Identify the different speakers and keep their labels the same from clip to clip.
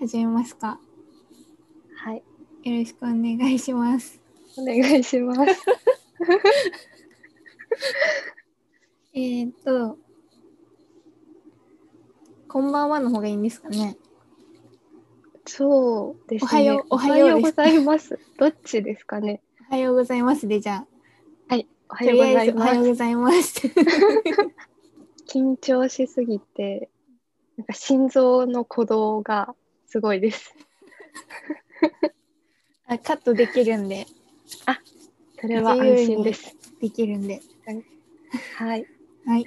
Speaker 1: 始めますか。
Speaker 2: はい。
Speaker 1: よろしくお願いします。
Speaker 2: お願いします。
Speaker 1: えー、っと、こんばんはの方がいいんですかね。
Speaker 2: そうです
Speaker 1: お
Speaker 2: ね。
Speaker 1: はよう
Speaker 2: お
Speaker 1: お
Speaker 2: は
Speaker 1: は
Speaker 2: よ
Speaker 1: よ
Speaker 2: う
Speaker 1: う
Speaker 2: ご
Speaker 1: です
Speaker 2: ざいます。どっちですかね。
Speaker 1: おはようございますで、じゃ
Speaker 2: はい。お
Speaker 1: あ、
Speaker 2: は
Speaker 1: と
Speaker 2: よう
Speaker 1: り
Speaker 2: ご
Speaker 1: あ
Speaker 2: ざ
Speaker 1: え
Speaker 2: い
Speaker 1: ずおは
Speaker 2: ま
Speaker 1: よう
Speaker 2: す。
Speaker 1: ござい ます。
Speaker 2: 緊張しすぎて、なんか心臓の鼓動がすごいです。
Speaker 1: あカットできるんで、
Speaker 2: それは安心です。
Speaker 1: できるんで。
Speaker 2: はい。
Speaker 1: はい。
Speaker 2: はい。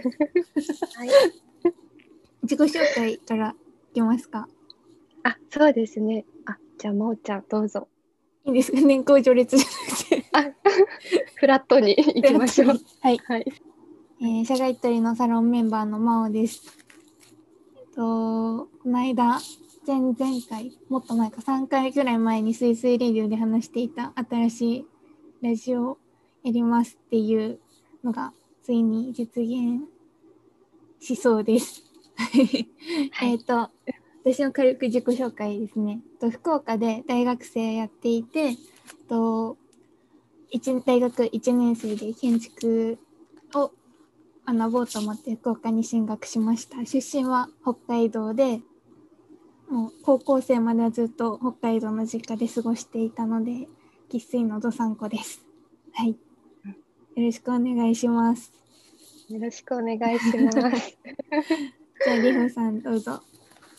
Speaker 1: 自己紹介からいきますか。
Speaker 2: あ、そうですね。あ、じゃあ、まおちゃん、どうぞ。
Speaker 1: いいですか年功序列じゃなくて。
Speaker 2: あ、フラットに行きましょう。。
Speaker 1: はい。
Speaker 2: はい。
Speaker 1: えー、社外取りのサロンメンバーのまおです。えっと、この間、前々回、もっと前か3回ぐらい前にスイスイレディオで話していた新しいラジオをやりますっていうのがついに実現しそうです。
Speaker 2: はい
Speaker 1: えっと、私の軽く自己紹介ですね。えっと福岡で大学生やっていて、えっと一大学1年生で建築を学ぼうと思って福岡に進学しました出身は北海道でもう高校生まではずっと北海道の実家で過ごしていたので生粋のどさんこですはいよろしくお願いします
Speaker 2: よろしくお願いします。
Speaker 1: じゃありほさんどうぞ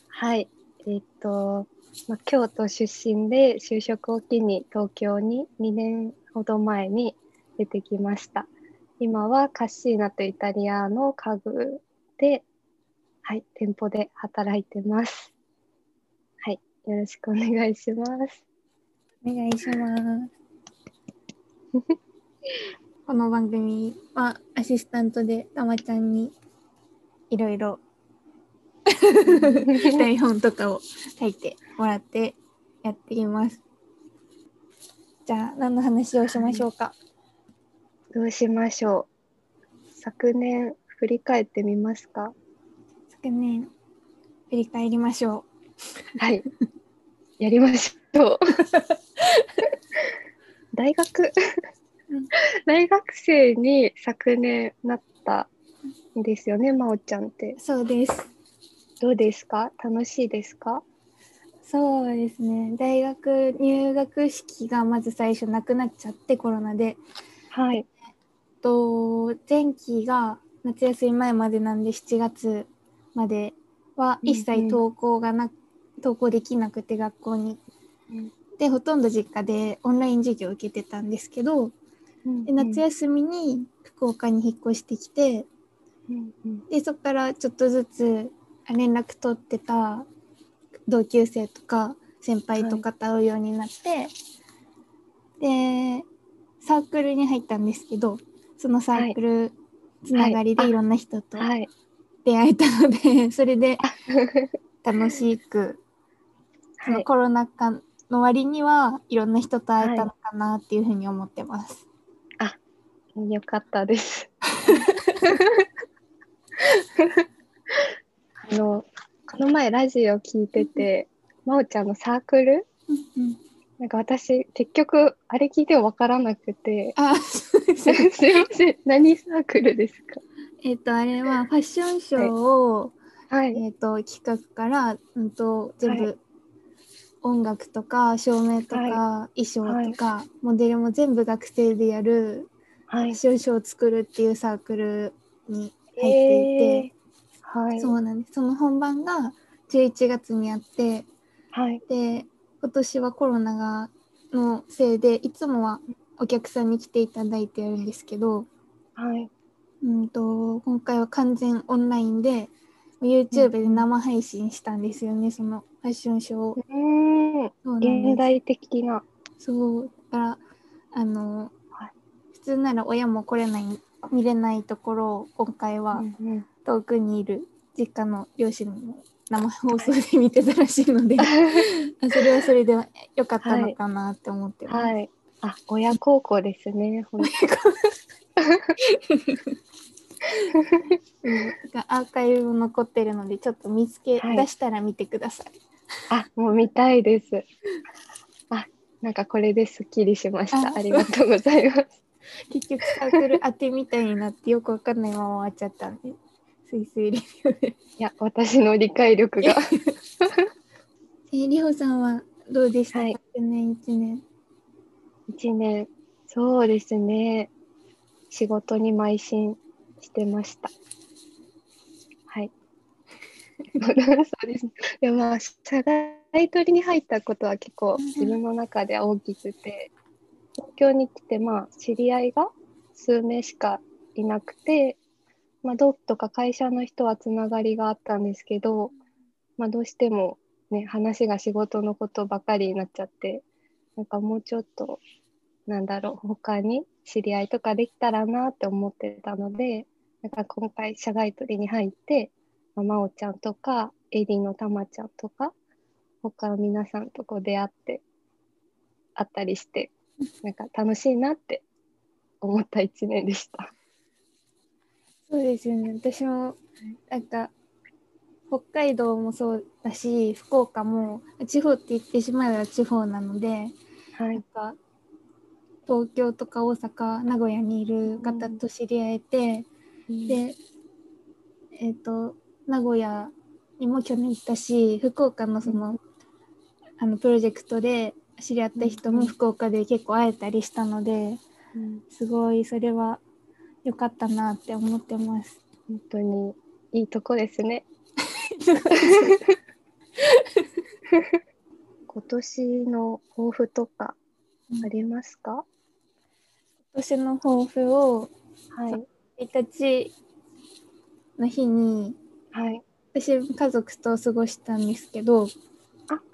Speaker 2: はい、えーっと、まあ、京都出身で就職を機に東京に2年ほど前に出てきました。今はカッシーナとイタリアの家具で、はい、店舗で働いてます。はい、よろしくお願いします。
Speaker 1: お願いします この番組はアシスタントでたまちゃんにいろい ろ台本とかを書いてもらってやっています。じゃあ何の話をしましょうか。
Speaker 2: どうしましょう。昨年振り返ってみますか。
Speaker 1: 昨年振り返りましょ
Speaker 2: はい。やりまし ょう。大学
Speaker 1: うん、
Speaker 2: 大学生に昨年なったんですよね、まおちゃんって
Speaker 1: う。。そうです。
Speaker 2: どうですか楽しいですか
Speaker 1: そうですね。大学入学式がまず最初なくなっちゃってコロナで、
Speaker 2: はい。
Speaker 1: と前期が夏休み前までなんで7月までは
Speaker 2: うんうん
Speaker 1: 一切登校がな、登校できなくて学校に。
Speaker 2: うん
Speaker 1: でほとんど実家でオンライン授業を受けてたんですけど、で夏休みに福岡に引っ越してきて
Speaker 2: うんうん
Speaker 1: でそこからちょっとずつあ連絡取ってた同級生とか先輩とかと会うようになって、でサークルに入ったんですけどそのサークルつながりで
Speaker 2: はい
Speaker 1: いろんな人と
Speaker 2: はい。
Speaker 1: 出会えたので、 それで楽しく、そ
Speaker 2: は
Speaker 1: の
Speaker 2: い。
Speaker 1: コロナ禍の割にはいろんな人と会えたのかなっていうふうに思ってます。
Speaker 2: よかっ たです。あの、この前ラジオ聞いてて、まおちゃんのサークル
Speaker 1: うんうん
Speaker 2: なんか私、結局、あれ聞いてもわからなくて、
Speaker 1: あそうです
Speaker 2: すいません、何サークルですか
Speaker 1: えっ、とあれはファッションショーを、
Speaker 2: はい。
Speaker 1: えっ、と企画からうんと全部、
Speaker 2: は
Speaker 1: 音楽とか照明とか、衣装とか、モデルも全部学生でやる
Speaker 2: は
Speaker 1: ファ
Speaker 2: い
Speaker 1: ッ。ションショーを作るっていうサークルに入ってい
Speaker 2: え
Speaker 1: て、
Speaker 2: ー、はい。
Speaker 1: そうなんです。その本番が11月にあって
Speaker 2: はい。
Speaker 1: で今年はコロナがのせいでいつもはお客さんに来ていただいてやるんですけど、
Speaker 2: はい。
Speaker 1: うんと今回は完全オンラインで YouTube で生配信したんですよね、そのファッションショーを
Speaker 2: うーん、
Speaker 1: そうなん
Speaker 2: 現
Speaker 1: です
Speaker 2: 代的な。
Speaker 1: そうだからあの、
Speaker 2: はい
Speaker 1: 普通なら親も来れない見れないところを今回は
Speaker 2: うんうん
Speaker 1: 遠くにいる実家の両親も生放送で見てたらしいので、 それはそれで良かったのかなって思ってます。
Speaker 2: はい。あ、親孝行ですね、本
Speaker 1: うんがアーカイブも残ってるのでちょっと見つけ
Speaker 2: はい
Speaker 1: 出したら見てください。
Speaker 2: あ、もう見たいです。あ、なんかこれですっきりしました。
Speaker 1: あ
Speaker 2: ありがとうございます。
Speaker 1: 結局サークル当てみたいになってよくわかんないまま終わっちゃったんで、スイスイレビューで。
Speaker 2: いや、私の理解力が。
Speaker 1: えー、りほさんはどうでしたか、
Speaker 2: はい
Speaker 1: 去年一年。
Speaker 2: 一年、そうですね。仕事に邁進してました。 はい。そうですね。でもまあ、社外取りに入ったことは結構
Speaker 1: うんうん
Speaker 2: 自分の中では大きくて、東京に来て、まあ、知り合いが数名しかいなくて、まあ、同期とか会社の人はつながりがあったんですけど、まあ、どうしても、ね、話が仕事のことばかりになっちゃって、なんかもうちょっと、なんだろう、他に知り合いとかできたらなって思ってたので、なんか今回、社外取りに入って、まあ、まおちゃんとか、エリのたまちゃんとか、他の皆さんとこう出会って、会ったりして、なんか楽しいなって思った一年でした。
Speaker 1: そうですよね。私もなんか北海道もそうだし、福岡も地方って言ってしまえば地方なので、
Speaker 2: は
Speaker 1: なん
Speaker 2: い。
Speaker 1: か東京とか大阪、名古屋にいる方と知り合えて、で、えっ、と名古屋にも去年行ったし、福岡のその、あのプロジェクトで知り合った人
Speaker 2: うん
Speaker 1: も
Speaker 2: うん
Speaker 1: 福岡で結構会えたりしたので、
Speaker 2: うん、
Speaker 1: すごいそれは良かったなって思ってます。
Speaker 2: 本当にいいとこですね。今年の抱負とかありますか、
Speaker 1: 今年の抱負を
Speaker 2: はい。
Speaker 1: 1日の日に
Speaker 2: はい。
Speaker 1: 私家族と過ごしたんですけど
Speaker 2: あ、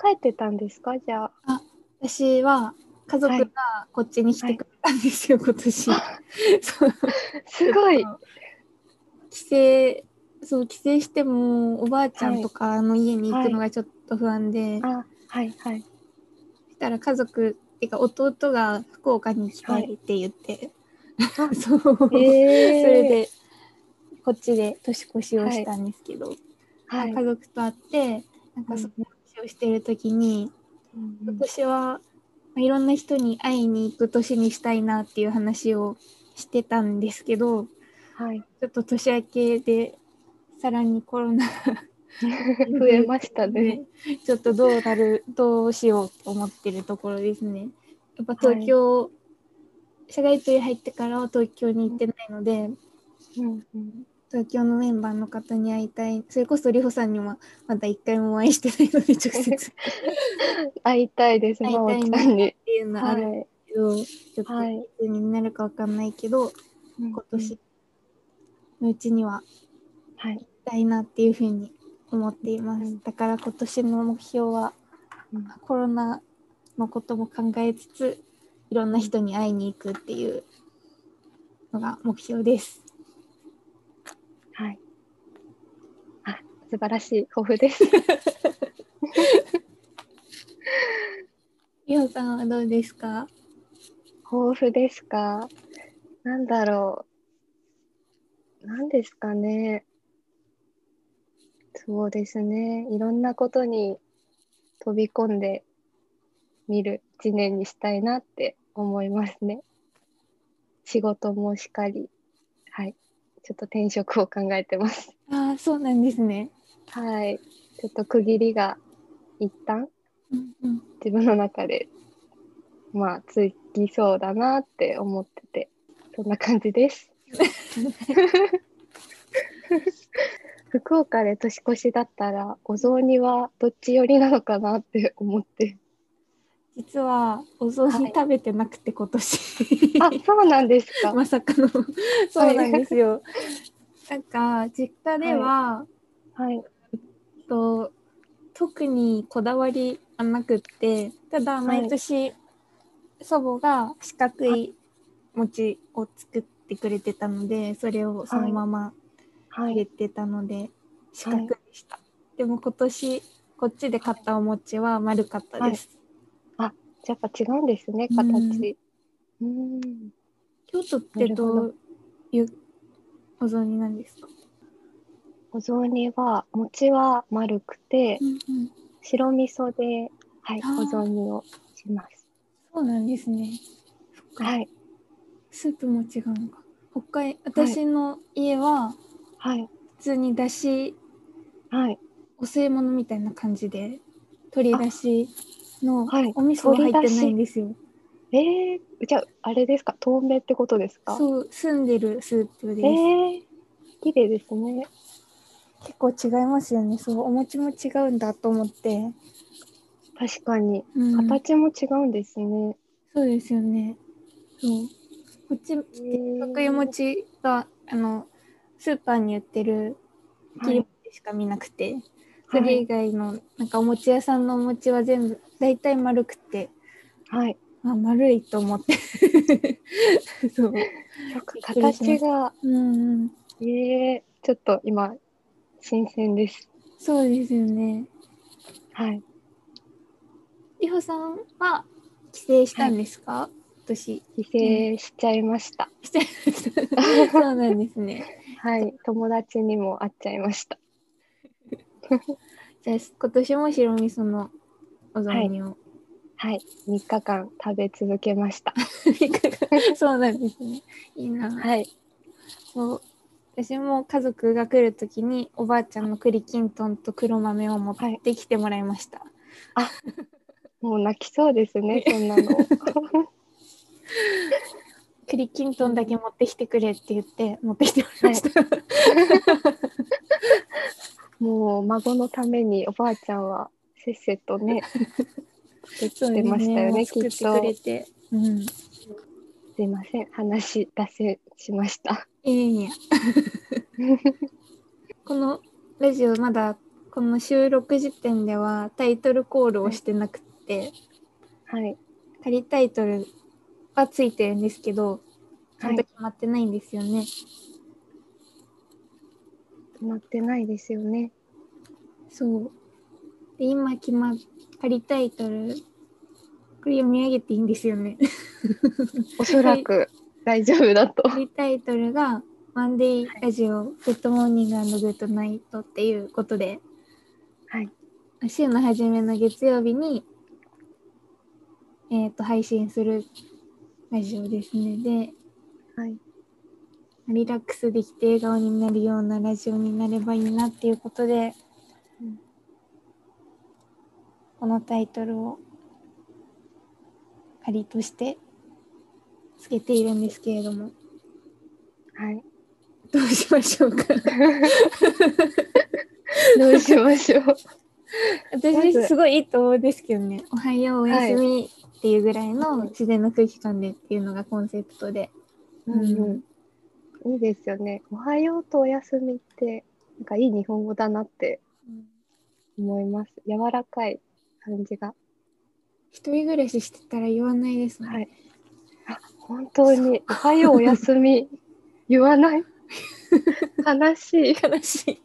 Speaker 2: 帰ってたんですかじゃあ。
Speaker 1: 私は家族がこっちに来てくれたんですよ、今年。 そう
Speaker 2: すごい。
Speaker 1: 帰省そう帰省してもおばあちゃんとかの家に行くのがちょっと不安で、
Speaker 2: あ、はいはい。
Speaker 1: そしたら家族っていうか弟が福岡に来たいって言って、 そう、そ
Speaker 2: えー、
Speaker 1: れでこっちで年越しをしたんですけど、
Speaker 2: はい。
Speaker 1: 家族と会ってなんかその話をしてる時に、
Speaker 2: うんうん
Speaker 1: 今年はまあいろんな人に会いに行く年にしたいなっていう話をしてたんですけど
Speaker 2: はい。
Speaker 1: ちょっと年明けでさらにコロナ
Speaker 2: 増えましたね。
Speaker 1: ちょっとどうなるどうしようと思ってるところですね。やっぱ東京、社外取り入ってからは東京に行ってないので
Speaker 2: うんうん、
Speaker 1: 東京のメンバーの方に会いたいそれこそりほさんにはまだ一回もお会いしてないので直接っ
Speaker 2: 会いたいです、
Speaker 1: 会い
Speaker 2: まお
Speaker 1: たい
Speaker 2: ち
Speaker 1: な
Speaker 2: ゃんに。
Speaker 1: ていうのはある
Speaker 2: い。
Speaker 1: けど、ちょっと
Speaker 2: はい
Speaker 1: いつになるかわかんないけど、
Speaker 2: 今
Speaker 1: 今年のうちには
Speaker 2: はい。
Speaker 1: 行きたいなっていうふうに思っています、
Speaker 2: うん
Speaker 1: だから今年の目標はコロナのことも考えつついろんな人に会いに行くっていうのが目標です。
Speaker 2: はい。あ、素晴らしい抱負です。
Speaker 1: りほさんはどうですか
Speaker 2: 抱負ですかなんだろう。なんですかね。そうですね。いろんなことに飛び込んで見る一年にしたいなって思いますね。仕事もしっかり。はい。ちょっと転職を考えてます。
Speaker 1: ああそうなんですね。
Speaker 2: はい。ちょっと区切りが一旦
Speaker 1: うんうん、
Speaker 2: 自分の中でまあつきそうだなって思っててそんな感じです 福岡で年越しだったらお雑煮はどっち寄りなのかなって思 って
Speaker 1: 実はお雑煮食べてなくて今年、
Speaker 2: あそうなんですか
Speaker 1: まさかのそうなんですよ。なんか実家では、
Speaker 2: はい
Speaker 1: えっと特にこだわりはなくってただ
Speaker 2: はい
Speaker 1: 毎年祖母が四角い餅を作ってくれてたのでそれをそのまま
Speaker 2: は
Speaker 1: 入れ
Speaker 2: い
Speaker 1: てたので四角でした、でも今年こっちで買ったお餅は丸かったです、
Speaker 2: やっぱ違うんですね形うん
Speaker 1: 京都ってどういうお雑煮なんですか、
Speaker 2: お雑煮は餅は丸くて
Speaker 1: うんうん、
Speaker 2: 白味噌で、はい、
Speaker 1: あ
Speaker 2: 保
Speaker 1: ー
Speaker 2: 存をします。
Speaker 1: そうなんですね。そっか
Speaker 2: はい、
Speaker 1: スープも違うのか。北海私の家は
Speaker 2: はい、
Speaker 1: 普通にだし、
Speaker 2: はい。
Speaker 1: お吸い物みたいな感じで鶏だしの
Speaker 2: あはい
Speaker 1: お味噌は入って
Speaker 2: 鶏だし
Speaker 1: ないんですよ。
Speaker 2: えー、じゃあ、あれですか、透明ってことですか
Speaker 1: そう澄んでるスープです。
Speaker 2: えー、綺麗ですね。
Speaker 1: 結構違いますよね。そうお餅も違うんだと思って。
Speaker 2: 確かに。
Speaker 1: うん
Speaker 2: 形も違うんですね。
Speaker 1: そうですよね。そうこっち
Speaker 2: えー
Speaker 1: 特有餅があのスーパーに売ってる切り餅しか見なくて、それ以外のなんかお餅屋さんのお餅は全部大体丸くて
Speaker 2: はい。
Speaker 1: あ丸いと思って そう
Speaker 2: そっか
Speaker 1: びっくりしました
Speaker 2: 形が、
Speaker 1: うんうん
Speaker 2: えー、ちょっと今、新鮮です。
Speaker 1: そうですよね
Speaker 2: はい。
Speaker 1: りほさんは帰省したんですか、今 年
Speaker 2: 帰省しちゃいました。
Speaker 1: しちゃいましたそうなんですね
Speaker 2: はい。友達にも会っちゃいました。
Speaker 1: じゃあ今年も白味噌のお雑煮を、
Speaker 2: はい。3日間食べ続けました。
Speaker 1: そうなんですねいいな
Speaker 2: はい。
Speaker 1: そう私も家族が来るときにおばあちゃんの栗きんとんと黒豆を持ってきてもらいました、
Speaker 2: もう泣きそうですね、そんなの。
Speaker 1: 栗きんとんだけ持ってきてくれって言って持ってきてもらいました、
Speaker 2: もう孫のためにおばあちゃんはせっせとね、作ってましたよね、き
Speaker 1: 作
Speaker 2: っ
Speaker 1: ってく
Speaker 2: と
Speaker 1: れ。てうん
Speaker 2: すいません、話出せしま した。
Speaker 1: いやいや このラジオまだこの収録時点ではタイトルコールをしてなくって
Speaker 2: はい。
Speaker 1: 仮タイトルはついてるんですけどちゃ
Speaker 2: は
Speaker 1: んと
Speaker 2: い。
Speaker 1: 決まってないんですよね、
Speaker 2: 決まってないですよね。
Speaker 1: そう。で、今決まっ、仮タイトル、これ読み上げていいんですよね。
Speaker 2: おそらく大丈夫だ と。
Speaker 1: 仮タイトルが、ワンデイラジオ、グッドモーニンググッドナイトっていうことで、
Speaker 2: はい。
Speaker 1: 週の初めの月曜日に、えっ、と、配信するラジオですね。で、
Speaker 2: はい。
Speaker 1: リラックスできて笑顔になるようなラジオになればいいなっていうことで、
Speaker 2: うん
Speaker 1: このタイトルを仮としてつけているんですけれども
Speaker 2: はい。
Speaker 1: どうしましょうか
Speaker 2: どうしましょう。
Speaker 1: 私すごいいいと思うんですけどね「おはようおやすみ」っていうぐらいの自然な空気感でっていうのがコンセプトで、
Speaker 2: うんうん。いいですよね。おはようとおやすみって、なんかいい日本語だなって思います。柔らかい感じが。
Speaker 1: 一人暮らししてたら言わないですもん
Speaker 2: はい。あ本当に、おはよう、おやす み、言わない。悲しい。
Speaker 1: 悲しい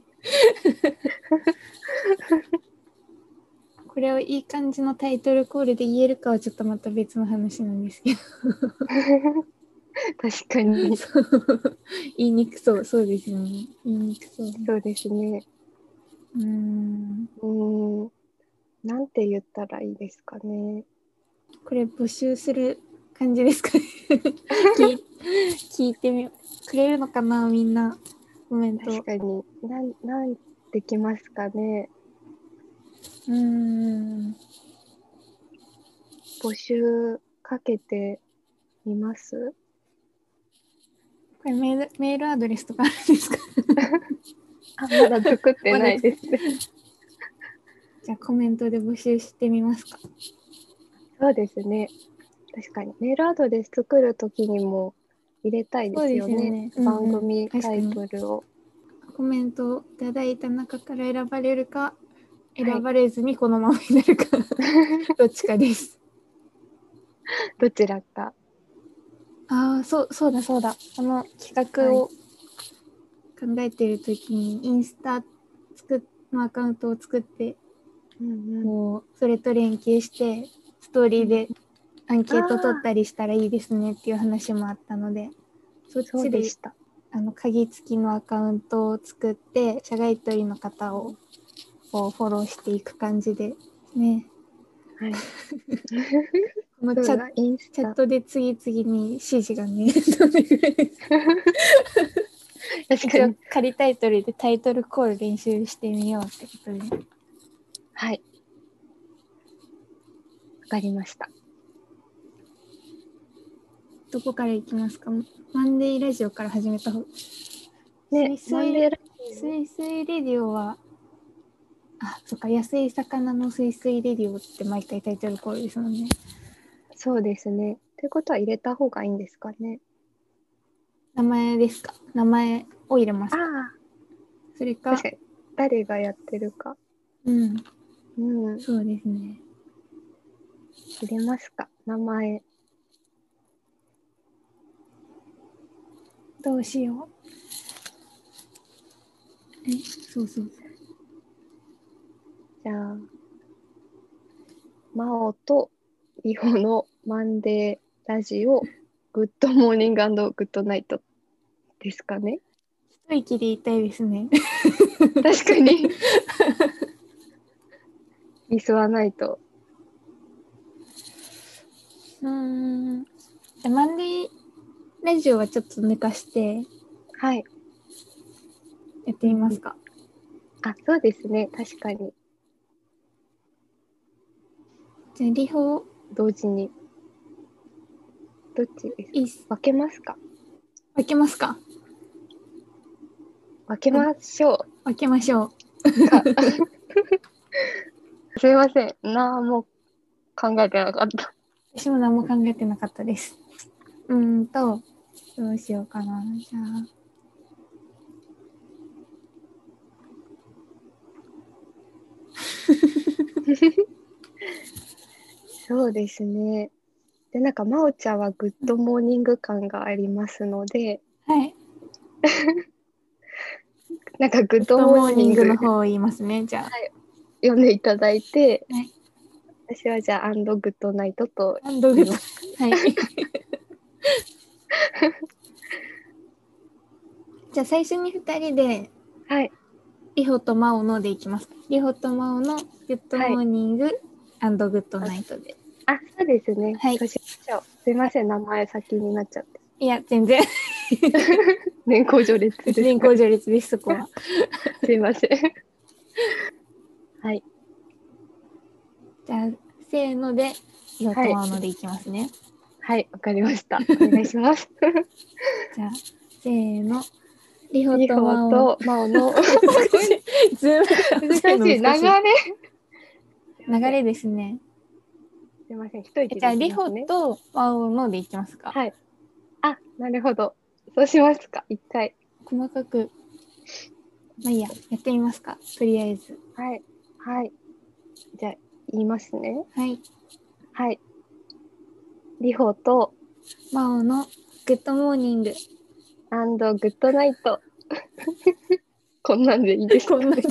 Speaker 1: これをいい感じのタイトルコールで言えるかはちょっとまた別の話なんです けど
Speaker 2: 確かに。
Speaker 1: そう言いにくそうそうですよね言いにくそう
Speaker 2: そうですね。
Speaker 1: うーん
Speaker 2: うーん。なんて言ったらいいですかね。
Speaker 1: これ募集する感じですかね聞い聞いてみくれるのかなみんなコメント
Speaker 2: 確かに。なん、なんてきますかね。
Speaker 1: うーん
Speaker 2: 募集かけてみます。
Speaker 1: これメールメールアドレスとかあるんですか
Speaker 2: あ、まだ作ってないですね。
Speaker 1: じゃあコメントで募集してみますか
Speaker 2: そうですね。確かに。メールアドレス作るときにも入れたいですよ
Speaker 1: そうですよ
Speaker 2: ね
Speaker 1: ね。うんうん
Speaker 2: 番組タイトルを。
Speaker 1: コメントをいただいた中から選ばれるか選ばれずにこのままになる か、どっちかです
Speaker 2: どちらか。
Speaker 1: ああそうそうだそうだこの企画を考えてる時にインスタ作っのアカウントを作って
Speaker 2: うん
Speaker 1: こうそれと連携してストーリーでアンケート取ったりしたらいいですねっていう話もあったのでそっ
Speaker 2: そう
Speaker 1: ちで
Speaker 2: でした。
Speaker 1: あの鍵付きのアカウントを作って社外取りの方をこうフォローしていく感じでね
Speaker 2: はい。
Speaker 1: このチ
Speaker 2: そう
Speaker 1: ャ
Speaker 2: だインス
Speaker 1: チャ
Speaker 2: タ
Speaker 1: ットで次々に指示が ねどれぐらい
Speaker 2: 確
Speaker 1: 一
Speaker 2: か
Speaker 1: 応
Speaker 2: に。
Speaker 1: 仮タイトルでタイトルコール練習してみようってことで
Speaker 2: はい。わかりました。
Speaker 1: どこから行きますかマンデーラジオから始めた方
Speaker 2: ね、
Speaker 1: スイスイ
Speaker 2: マンデーラ
Speaker 1: スイスイレディオはあそっか安い魚のスイスイレディオって毎回タイトルコールですもんね
Speaker 2: そうですね。ということは入れた方がいいんですかね。
Speaker 1: 名前ですか名前を入れます
Speaker 2: あ
Speaker 1: それ
Speaker 2: あ、
Speaker 1: か
Speaker 2: 確かに。誰がやってるか。
Speaker 1: うん
Speaker 2: うん、入
Speaker 1: そうですね
Speaker 2: れますか。名前。
Speaker 1: どうしようえそうそう
Speaker 2: じゃあ、マオとリホのマンデーラジオ、グッドモーニンググッドナイトですか ね。
Speaker 1: 一息で言いたいですね
Speaker 2: 確かに。ミスはないと。
Speaker 1: うーんじゃあマンデーラジオはちょっと抜かして
Speaker 2: はい。
Speaker 1: やってみますか
Speaker 2: あ、そうですね。確かに。
Speaker 1: じゃあリホ
Speaker 2: 同時に。どっちですか
Speaker 1: いいっす
Speaker 2: 分けますか
Speaker 1: 分けますか
Speaker 2: 分けましょ
Speaker 1: 分けましょう
Speaker 2: うか。すいません。何も考えてなかった。
Speaker 1: 私も何も考えてなかったです。うーんと、どうしようかな。じゃあ。
Speaker 2: そうですね。で、なんか、まおちゃんはグッドモーニング感がありますので、
Speaker 1: はい。
Speaker 2: なんか、グ
Speaker 1: グ
Speaker 2: ッドモーニング
Speaker 1: の方を言いますね。じゃあ。
Speaker 2: 読んでいただいて、
Speaker 1: はい
Speaker 2: 私はじゃあ、アンドグッドナイトと、
Speaker 1: ハンドグッド。はい。 じゃあ最初に2人で、
Speaker 2: はい、
Speaker 1: リホとマオのでいきます。リホとマオのグッドモーニング、アンドグッドナイトで。
Speaker 2: あ、そうですね。
Speaker 1: はい
Speaker 2: そうしましょう。すいません、名前先になっちゃって。
Speaker 1: いや、全 然、
Speaker 2: 年功序列 です。
Speaker 1: 人工序列です、そこは。
Speaker 2: すいません。はい、
Speaker 1: じゃあ、せーので、リホとマオのでいきますね。
Speaker 2: はい、わかりました。お願いします。
Speaker 1: じゃあ、せーの。リホ
Speaker 2: リ
Speaker 1: とマ
Speaker 2: ホ
Speaker 1: オ
Speaker 2: とマオの
Speaker 1: ズームで
Speaker 2: 難しい流れ。
Speaker 1: 流れですね。
Speaker 2: すいません、一人ででき
Speaker 1: じゃあ、
Speaker 2: ますね
Speaker 1: リホとワオのでいきますか。
Speaker 2: はい。あ、なるほど。そうしますか。一回。
Speaker 1: 細かく。まあいいや、やってみますか。とりあえず。
Speaker 2: はい。はい。じゃあ、言いますね。
Speaker 1: はい。
Speaker 2: はい。リホと、
Speaker 1: ワオのグッドモーニング。
Speaker 2: アンドグッドナイト。 こんなんでいいですか
Speaker 1: こんなに。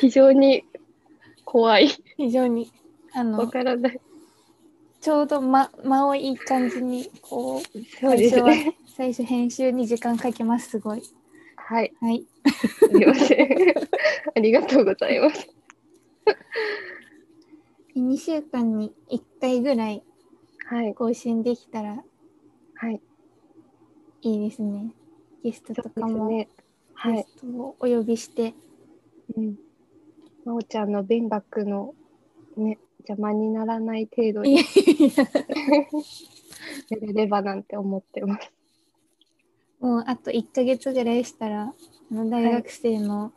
Speaker 2: 非常に怖い。
Speaker 1: 非常に、あ
Speaker 2: わ
Speaker 1: の、
Speaker 2: からない。
Speaker 1: ちょうどま、間をいい感じに、こう、
Speaker 2: そうです
Speaker 1: 最初
Speaker 2: ね。
Speaker 1: 最初編集に時間かけます。すごい。
Speaker 2: はい。
Speaker 1: はい。
Speaker 2: すみません。 ありがとうございます。
Speaker 1: 2週間に1回ぐらい
Speaker 2: はい。
Speaker 1: 更新できたら
Speaker 2: はい。
Speaker 1: いいですね。ゲスト
Speaker 2: そ
Speaker 1: と
Speaker 2: う
Speaker 1: か
Speaker 2: です
Speaker 1: も、
Speaker 2: ね。は
Speaker 1: ゲ
Speaker 2: い。
Speaker 1: ストをお呼びして、
Speaker 2: うん。まおちゃんの勉学の、ね、邪魔にならない程度に
Speaker 1: いやいや
Speaker 2: やれればなんて思ってます。
Speaker 1: もうあと1ヶ月ぐらいしたらあの大学生の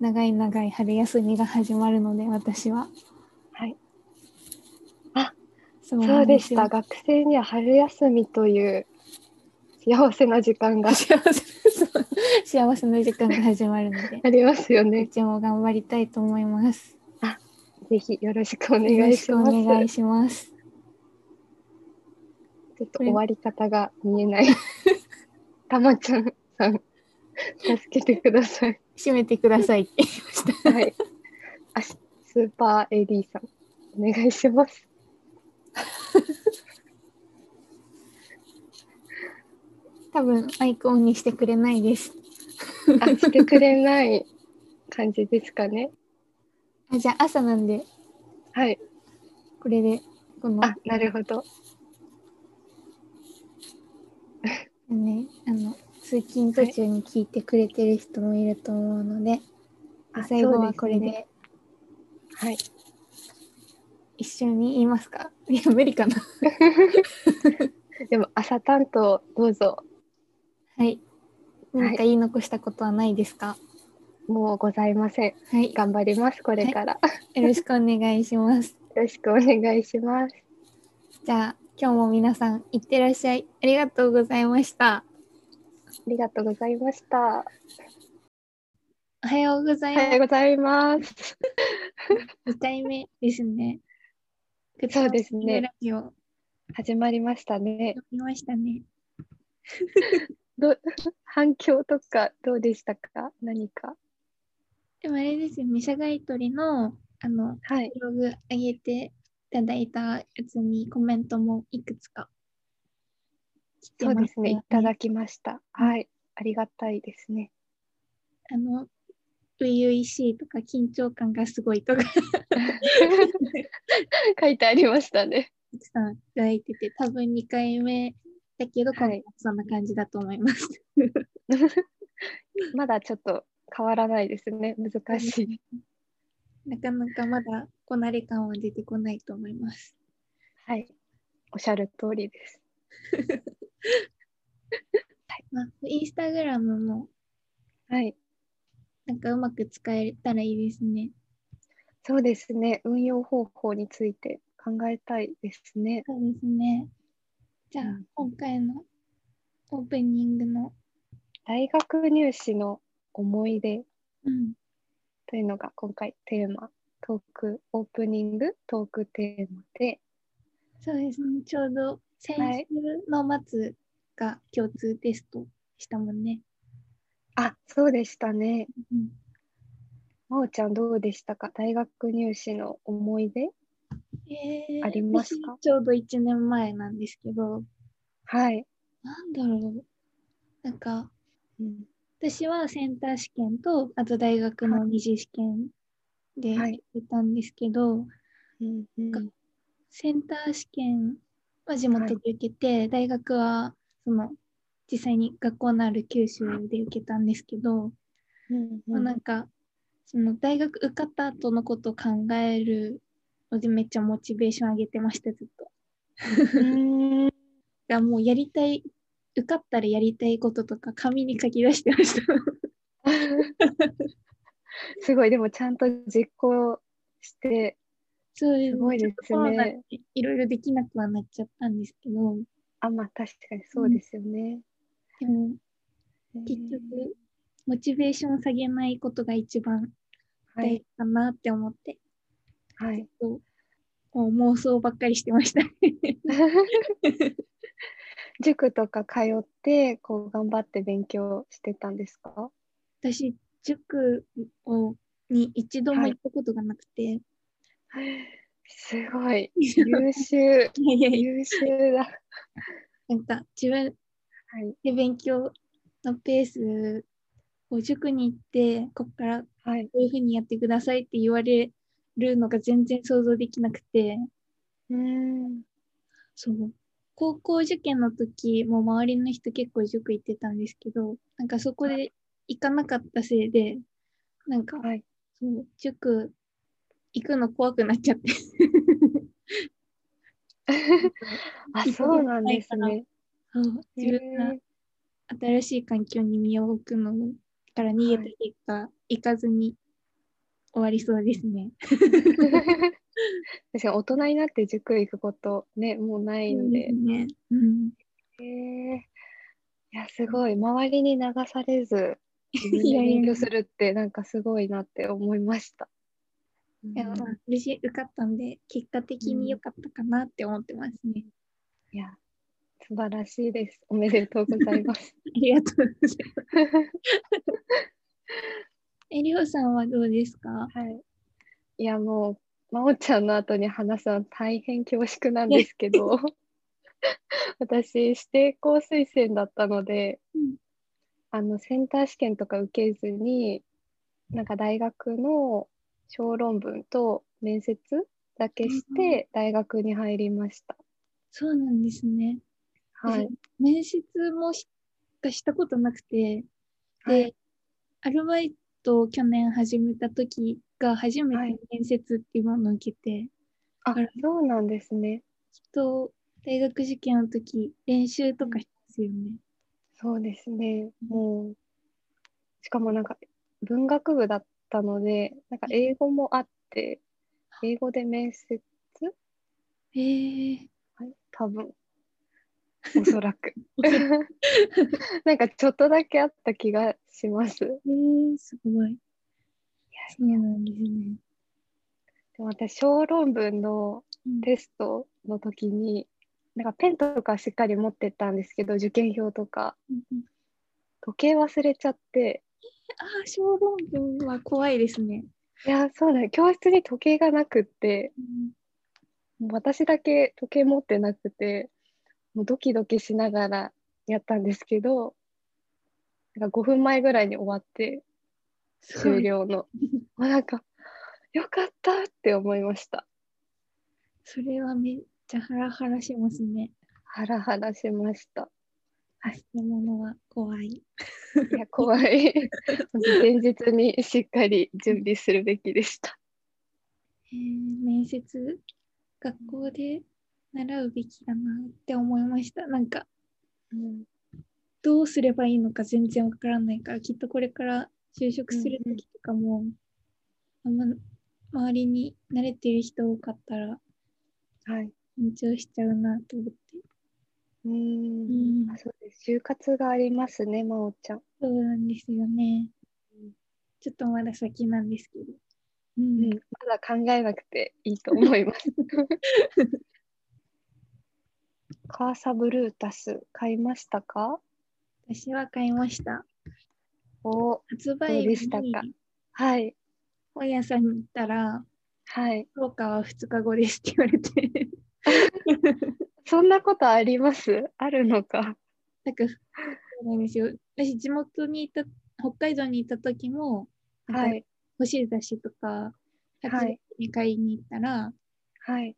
Speaker 1: 長い長い春休みが始まるので私は
Speaker 2: はい。
Speaker 1: そ
Speaker 2: そうでし
Speaker 1: な
Speaker 2: た。
Speaker 1: ん
Speaker 2: 学生には春休みという幸せな時間が
Speaker 1: すよ幸せそう幸せの時間が始まるので
Speaker 2: ありますよ
Speaker 1: う
Speaker 2: ね。
Speaker 1: ちも頑張りたいと思います
Speaker 2: ぜひよろしくお
Speaker 1: よ
Speaker 2: 願
Speaker 1: ろ
Speaker 2: い
Speaker 1: し
Speaker 2: し
Speaker 1: くお
Speaker 2: ます。
Speaker 1: 願いします
Speaker 2: ちょっと終わり方が見えない。 たまちゃんさん、助けてください。
Speaker 1: 締めてくださいって言いました
Speaker 2: はい。あスーパー AD さん、お願いします。
Speaker 1: 多分アイコンにしてくれないです
Speaker 2: あ、してくれない感じですかね。
Speaker 1: あじゃあ朝なんで
Speaker 2: はい。
Speaker 1: これでこの
Speaker 2: あ、なるほど。
Speaker 1: ねあの通勤途中に聞いてくれてる人もいると思うので、
Speaker 2: あ
Speaker 1: 最後
Speaker 2: そう
Speaker 1: は
Speaker 2: す
Speaker 1: これ
Speaker 2: ね
Speaker 1: で
Speaker 2: はい。
Speaker 1: 一緒に言いますか いや無理かな
Speaker 2: でも朝担当どうぞ。
Speaker 1: はい何か言い残したことはないですか
Speaker 2: もうございません。
Speaker 1: はい、
Speaker 2: 頑張ります。これから。
Speaker 1: よろしくお願いします
Speaker 2: よろしくお願いします。
Speaker 1: じゃあ今日も皆さんいってらっしゃいありがとうございました
Speaker 2: ありがとうございました。
Speaker 1: おはようござい
Speaker 2: お
Speaker 1: ま
Speaker 2: は
Speaker 1: す、
Speaker 2: ようございます。
Speaker 1: 2回目ですね
Speaker 2: そうですね
Speaker 1: ラジオ
Speaker 2: 始まりましたね。
Speaker 1: やりましたね
Speaker 2: どう反響とかどうでしたか何か。
Speaker 1: でもあれですよね社外取りのあの
Speaker 2: はい。
Speaker 1: ブログ上げていただいたやつにコメントもいくつか来て
Speaker 2: そ
Speaker 1: ま
Speaker 2: う
Speaker 1: すよ、
Speaker 2: ですね。いただきました。はい。ありがたいですね。
Speaker 1: あの、初々しいとか緊張感がすごいとかた
Speaker 2: 書いてありましたね。
Speaker 1: くさんいただいてて、多分2回目だけど、
Speaker 2: はい
Speaker 1: 今回はそんな感じだと思います。
Speaker 2: まだちょっと変わらないですね。難しい。
Speaker 1: なかなかまだこなれ感は出てこないと思います。
Speaker 2: はい。おっしゃる通りです。
Speaker 1: まあ、インスタグラムも
Speaker 2: はい。
Speaker 1: なんかうまく使えたらいいですね。
Speaker 2: そうですね。運用方法について考えたいですね。
Speaker 1: そうですね。じゃあ
Speaker 2: うん、
Speaker 1: 今回のオープニングの、
Speaker 2: 大学入試の思い出
Speaker 1: うん、
Speaker 2: というのが今回テーマ、トーク、オープニングトークテーマで、
Speaker 1: そうですね、ちょうど先
Speaker 2: はい
Speaker 1: 週の末が共通テストしたもんね。
Speaker 2: あ、そうでしたね。
Speaker 1: うん
Speaker 2: まおちゃんどうでしたか大学入試の思い出
Speaker 1: えー
Speaker 2: ありますか
Speaker 1: 私ちょうど1年前なんですけど、
Speaker 2: はい。
Speaker 1: なんだろう。なんか、
Speaker 2: うん
Speaker 1: 私はセンター試験と、あと大学の二次試験でやっ
Speaker 2: はい
Speaker 1: てたんですけど、
Speaker 2: うんうん
Speaker 1: かセンター試験は地元で受けて、大学はその実際に学校のある九州で受けたんですけど、
Speaker 2: うん
Speaker 1: まあ、なんかその大学受かった後のことを考えるのでめっちゃモチベーション上げてましたずっと。
Speaker 2: うんうん
Speaker 1: がもうやりたい受かったらやりたいこととか紙に書き出してました
Speaker 2: すごい、でもちゃんと実行して、
Speaker 1: そうです
Speaker 2: ごいですね
Speaker 1: ちょっとコロナでいろいろできなくはなっちゃったんですけど
Speaker 2: あ、まあ確かにそうですよね。
Speaker 1: でも
Speaker 2: うん
Speaker 1: 結局モチベーション下げないことが一番
Speaker 2: は
Speaker 1: 大
Speaker 2: い
Speaker 1: 事。かなって思って、
Speaker 2: はい。
Speaker 1: こうもう妄想ばっかりしてました
Speaker 2: 塾とか通って、こう頑張って勉強してたんですか
Speaker 1: 私塾をに一度も行ったことがなく て、
Speaker 2: すごい。優秀。
Speaker 1: い、やいやいや
Speaker 2: 優秀だ。
Speaker 1: なんか自分
Speaker 2: はい。
Speaker 1: で勉強のペースを塾に行ってここからこ
Speaker 2: はい。
Speaker 1: ういうふうにやってくださいって言われるのが全然想像できなくて
Speaker 2: うん。
Speaker 1: そう高校受験の時も周りの人結構塾行ってたんですけどなんかそこで行かなかったせいでなんか
Speaker 2: はい。
Speaker 1: そう塾行くの怖くなっちゃ って
Speaker 2: あ、そうなんですね。
Speaker 1: そう
Speaker 2: へ
Speaker 1: 自分が
Speaker 2: え
Speaker 1: 新しい環境に身を置くのから逃げた結果、行かずに終わりそうですね。
Speaker 2: 確かに大人になって塾行くことね、もうないんで。
Speaker 1: ね。うん。
Speaker 2: へえいや、すごい。周りに流され ず、自分で
Speaker 1: いやいや
Speaker 2: 勉強するって、なんかすごいなって思いました。うん
Speaker 1: でもまあ無事受かったんで、結果的に良かったかなって思ってます ね。
Speaker 2: いや、素晴らしいです。おめでとうございます。
Speaker 1: ありがとう ございます。えりほさんはどうですか
Speaker 2: はい。いや、もう、まおちゃんの後に話すのは大変恐縮なんですけど、私、指定校推薦だったので、
Speaker 1: うん
Speaker 2: あの、センター試験とか受けずに、なんか大学の小論文と面接だけして大学に入りました。
Speaker 1: そうなんですね。
Speaker 2: はい。
Speaker 1: 面接もしかしたことなくて、で、
Speaker 2: はい
Speaker 1: アルバイトを去年始めた時が初めて面接っていうものを受けて、
Speaker 2: あ、そうなんですね。
Speaker 1: きっと大学受験の時練習とかしますよね。
Speaker 2: そうですね。
Speaker 1: うん
Speaker 2: もう、しかもなんか文学部だったので、なんか英語もあって、英語で面接、
Speaker 1: えー、
Speaker 2: はい多分、おそらく。 なんかちょっとだけあった気がします。
Speaker 1: えー、すごい。そうなんですね。
Speaker 2: でも私、小論文の
Speaker 1: うん
Speaker 2: テストの時に、なんかペンとかしっかり持ってったんですけど、受験票とか、
Speaker 1: うんうん
Speaker 2: 時計忘れちゃって、
Speaker 1: ああ、小論文は怖いですね。
Speaker 2: いや、そうだよ、教室に時計がなくって、
Speaker 1: うん
Speaker 2: もう私だけ時計持ってなくて、もうドキドキしながらやったんですけど、なんか5分前ぐらいに終わって、
Speaker 1: すご
Speaker 2: 終
Speaker 1: い
Speaker 2: 了の。もうなんか、よかったって思いました。
Speaker 1: それはめっちゃハラハラしますね。
Speaker 2: ハラハラしました。
Speaker 1: 明日のものは怖い。
Speaker 2: いや、怖い。前日にしっかり準備するべきでした。
Speaker 1: えー面接学校で習うべきだなって思いましたなんか
Speaker 2: うん、
Speaker 1: どうすればいいのか全然わからないからきっとこれから就職する
Speaker 2: うんうん
Speaker 1: 時とかも、あんま周りに慣れてる人多かったら
Speaker 2: はい。
Speaker 1: 緊張しちゃうなと思って、
Speaker 2: う。
Speaker 1: うんん、
Speaker 2: あそうです。就活がありますね、まおちゃん。
Speaker 1: そうなんですよね
Speaker 2: うん
Speaker 1: ちょっとまだ先なんですけど、う
Speaker 2: うんん、まだ考えなくていいと思い ます。カーサブルータス買いましたか
Speaker 1: 私は買いました
Speaker 2: お
Speaker 1: 発
Speaker 2: ど
Speaker 1: 売
Speaker 2: うでしたか
Speaker 1: 日に
Speaker 2: はい、
Speaker 1: 本屋さんに行ったら
Speaker 2: はい。
Speaker 1: 評価は2日後ですって言われて
Speaker 2: そんなことありますあるのか。
Speaker 1: なんかそうなんですよ私地元にいた北海道にいた時もな
Speaker 2: は
Speaker 1: んか
Speaker 2: い、
Speaker 1: 欲しい雑誌とか
Speaker 2: は
Speaker 1: 初
Speaker 2: い
Speaker 1: に買いに行ったら、
Speaker 2: はい。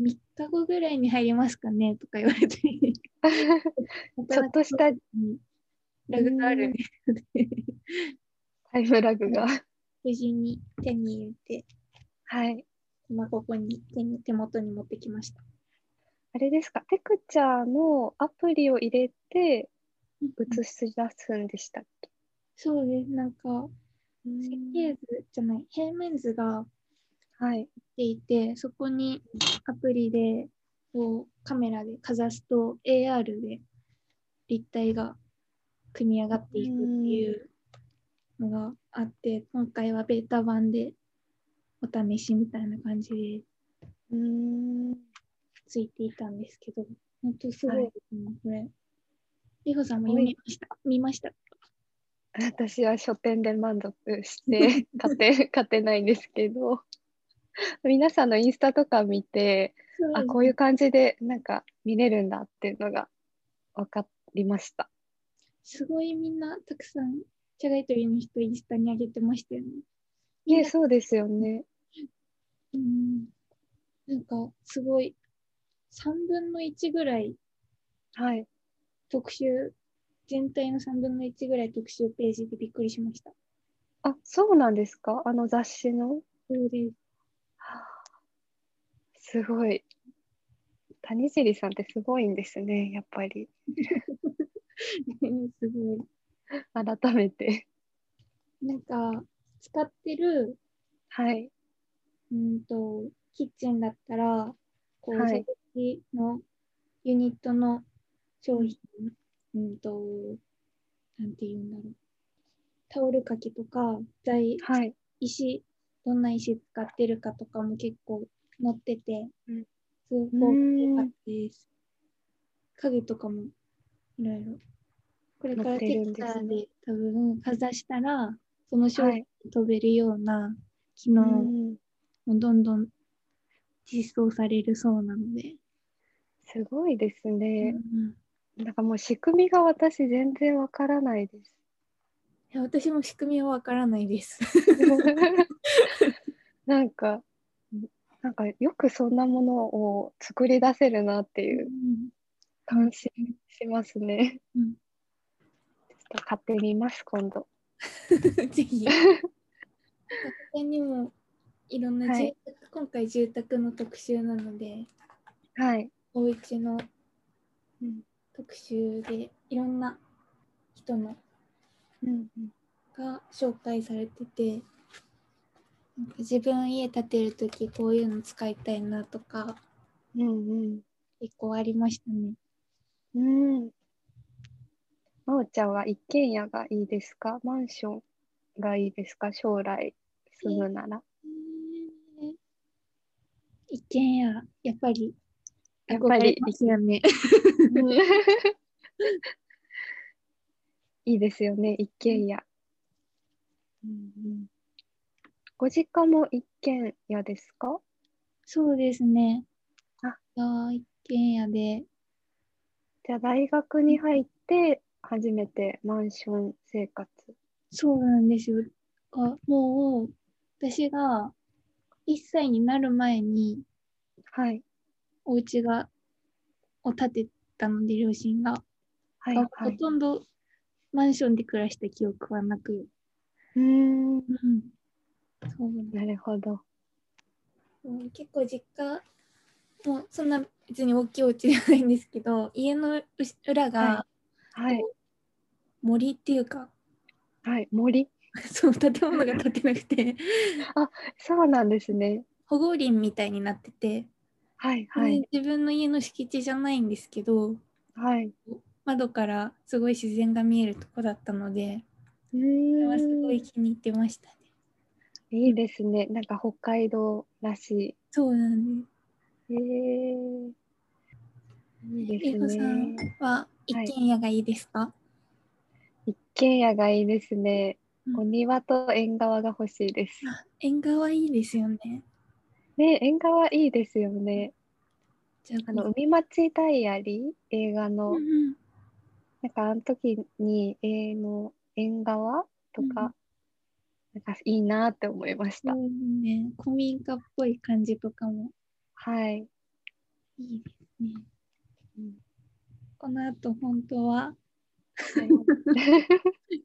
Speaker 1: 3日後ぐらいに入りますかねとか言わ れてち
Speaker 2: ちょっとした
Speaker 1: ラグがあるね
Speaker 2: タイムラグが。
Speaker 1: 無事に手に入れて
Speaker 2: はい。
Speaker 1: 今ここに手に手元に持ってきました
Speaker 2: あれですか、テクチャーのアプリを入れて
Speaker 1: うん
Speaker 2: 映し出すんでしたっけ
Speaker 1: そうですなんか
Speaker 2: うん
Speaker 1: 設計図じゃない平面図が
Speaker 2: はい。
Speaker 1: っていてそこにアプリでこうカメラでかざすと AR で立体が組み上がっていくっていうのがあって今回はベータ版でお試しみたいな感じで
Speaker 2: うーん。
Speaker 1: ついていたんですけど本当すご
Speaker 2: はい
Speaker 1: いですね、これ。りほさんも読みました見ました
Speaker 2: 私は書店で満足して 買って買ってないんですけど皆さんのインスタとか見てあこういう感じでなんか見れるんだっていうのが分かりました
Speaker 1: すごいみんなたくさんチャガイトリの人インスタに上げてましたよね。みん
Speaker 2: ね
Speaker 1: な
Speaker 2: そうですよね
Speaker 1: うんなんかすごい3分の1ぐらい
Speaker 2: はい
Speaker 1: 特集全体の3分の1ぐらい特集ページでびっくりしました。
Speaker 2: あそうなんですかあの雑誌の
Speaker 1: そうです。
Speaker 2: はあすごい谷尻さんってすごいんですねやっぱり
Speaker 1: すご
Speaker 2: 改めて
Speaker 1: い。なんか使ってる
Speaker 2: はい
Speaker 1: うんとキッチンだったらこう、
Speaker 2: はい
Speaker 1: 射撃のユニットの商品うんとなんて言うんだろうタオル掛けとか材
Speaker 2: はい
Speaker 1: 石どんな石使ってるかとかも結構載ってて、
Speaker 2: うん
Speaker 1: すごく
Speaker 2: う
Speaker 1: 良
Speaker 2: ん
Speaker 1: かったです。家具とかもいろいろ。これから
Speaker 2: 載っ
Speaker 1: テ
Speaker 2: てる
Speaker 1: ッ
Speaker 2: んです
Speaker 1: カ
Speaker 2: ね
Speaker 1: ーで多分かざしたらその商
Speaker 2: は
Speaker 1: 品
Speaker 2: い
Speaker 1: に飛べるような機能
Speaker 2: うん
Speaker 1: もどんどん実装されるそうなので、
Speaker 2: すごいですね、
Speaker 1: うん
Speaker 2: なんかもう仕組みが私全然わからないです。
Speaker 1: いや私も仕組みはわからないです。
Speaker 2: なんか、なんかよくそんなものを作り出せるなっていう感心しますね。
Speaker 1: うん
Speaker 2: ちょっと買ってみます、今度。
Speaker 1: ぜひ。他にもいろんな住宅、
Speaker 2: はい
Speaker 1: 今回住宅の特集なので、
Speaker 2: はい。
Speaker 1: お家の
Speaker 2: うん
Speaker 1: 特集でいろんな人の
Speaker 2: うん
Speaker 1: が紹介されてて、なんか自分家建てるときこういうの使いたいなとか
Speaker 2: うんうん
Speaker 1: 結構ありましたね。
Speaker 2: うん。うん。まおちゃんは一軒家がいいですかマンションがいいですか将来住むなら。
Speaker 1: 一軒家やっぱり
Speaker 2: やっぱり
Speaker 1: 憧れますよね。
Speaker 2: いいですよね、一軒家。ご実家も一軒家ですか
Speaker 1: そうですね。
Speaker 2: あ
Speaker 1: あ一軒家で
Speaker 2: じゃあ大学に入って初めてマンション生活。
Speaker 1: そうなんですよ。あもう私が1歳になる前に
Speaker 2: はい。
Speaker 1: お家がを建てたので両親が、
Speaker 2: はい、
Speaker 1: あ
Speaker 2: は
Speaker 1: ほ
Speaker 2: い。
Speaker 1: とんどマンションで暮らした記憶はなく、
Speaker 2: うーん。
Speaker 1: そうなんで
Speaker 2: なるほど。
Speaker 1: すうん結構実家もうそんな別に大きいお家じゃないんですけど家のうし裏が
Speaker 2: はい。
Speaker 1: 森っていうか、
Speaker 2: はい。森。
Speaker 1: そう建物が建てなくて
Speaker 2: そうなんですね。
Speaker 1: 保護林みたいになってて、
Speaker 2: はい。はい。
Speaker 1: で自分の家の敷地じゃないんですけど
Speaker 2: はい。
Speaker 1: 窓からすごい自然が見えるとこだったので
Speaker 2: う
Speaker 1: それはす
Speaker 2: ー
Speaker 1: ご
Speaker 2: ん。
Speaker 1: い気に入ってましたね。
Speaker 2: いいですね。なんか北海道らし
Speaker 1: そうなんです
Speaker 2: い。えー。いい
Speaker 1: りほ
Speaker 2: です
Speaker 1: さん
Speaker 2: ね。
Speaker 1: は一軒家がいいですか、
Speaker 2: 一軒家がいいですね。
Speaker 1: うん
Speaker 2: お庭と縁側が欲しいです。
Speaker 1: あ縁側いいですよね。
Speaker 2: ね、縁側いいですよね。
Speaker 1: じゃあ
Speaker 2: あの海町ダイアリー映画
Speaker 1: う
Speaker 2: の
Speaker 1: んうん
Speaker 2: なんかあの時にえーの縁側とか、なんかいいなって思いまし
Speaker 1: そ
Speaker 2: た。
Speaker 1: うね、古民家っぽい感じとかも
Speaker 2: はい。
Speaker 1: いいですね。
Speaker 2: うん
Speaker 1: この後本当は
Speaker 2: はい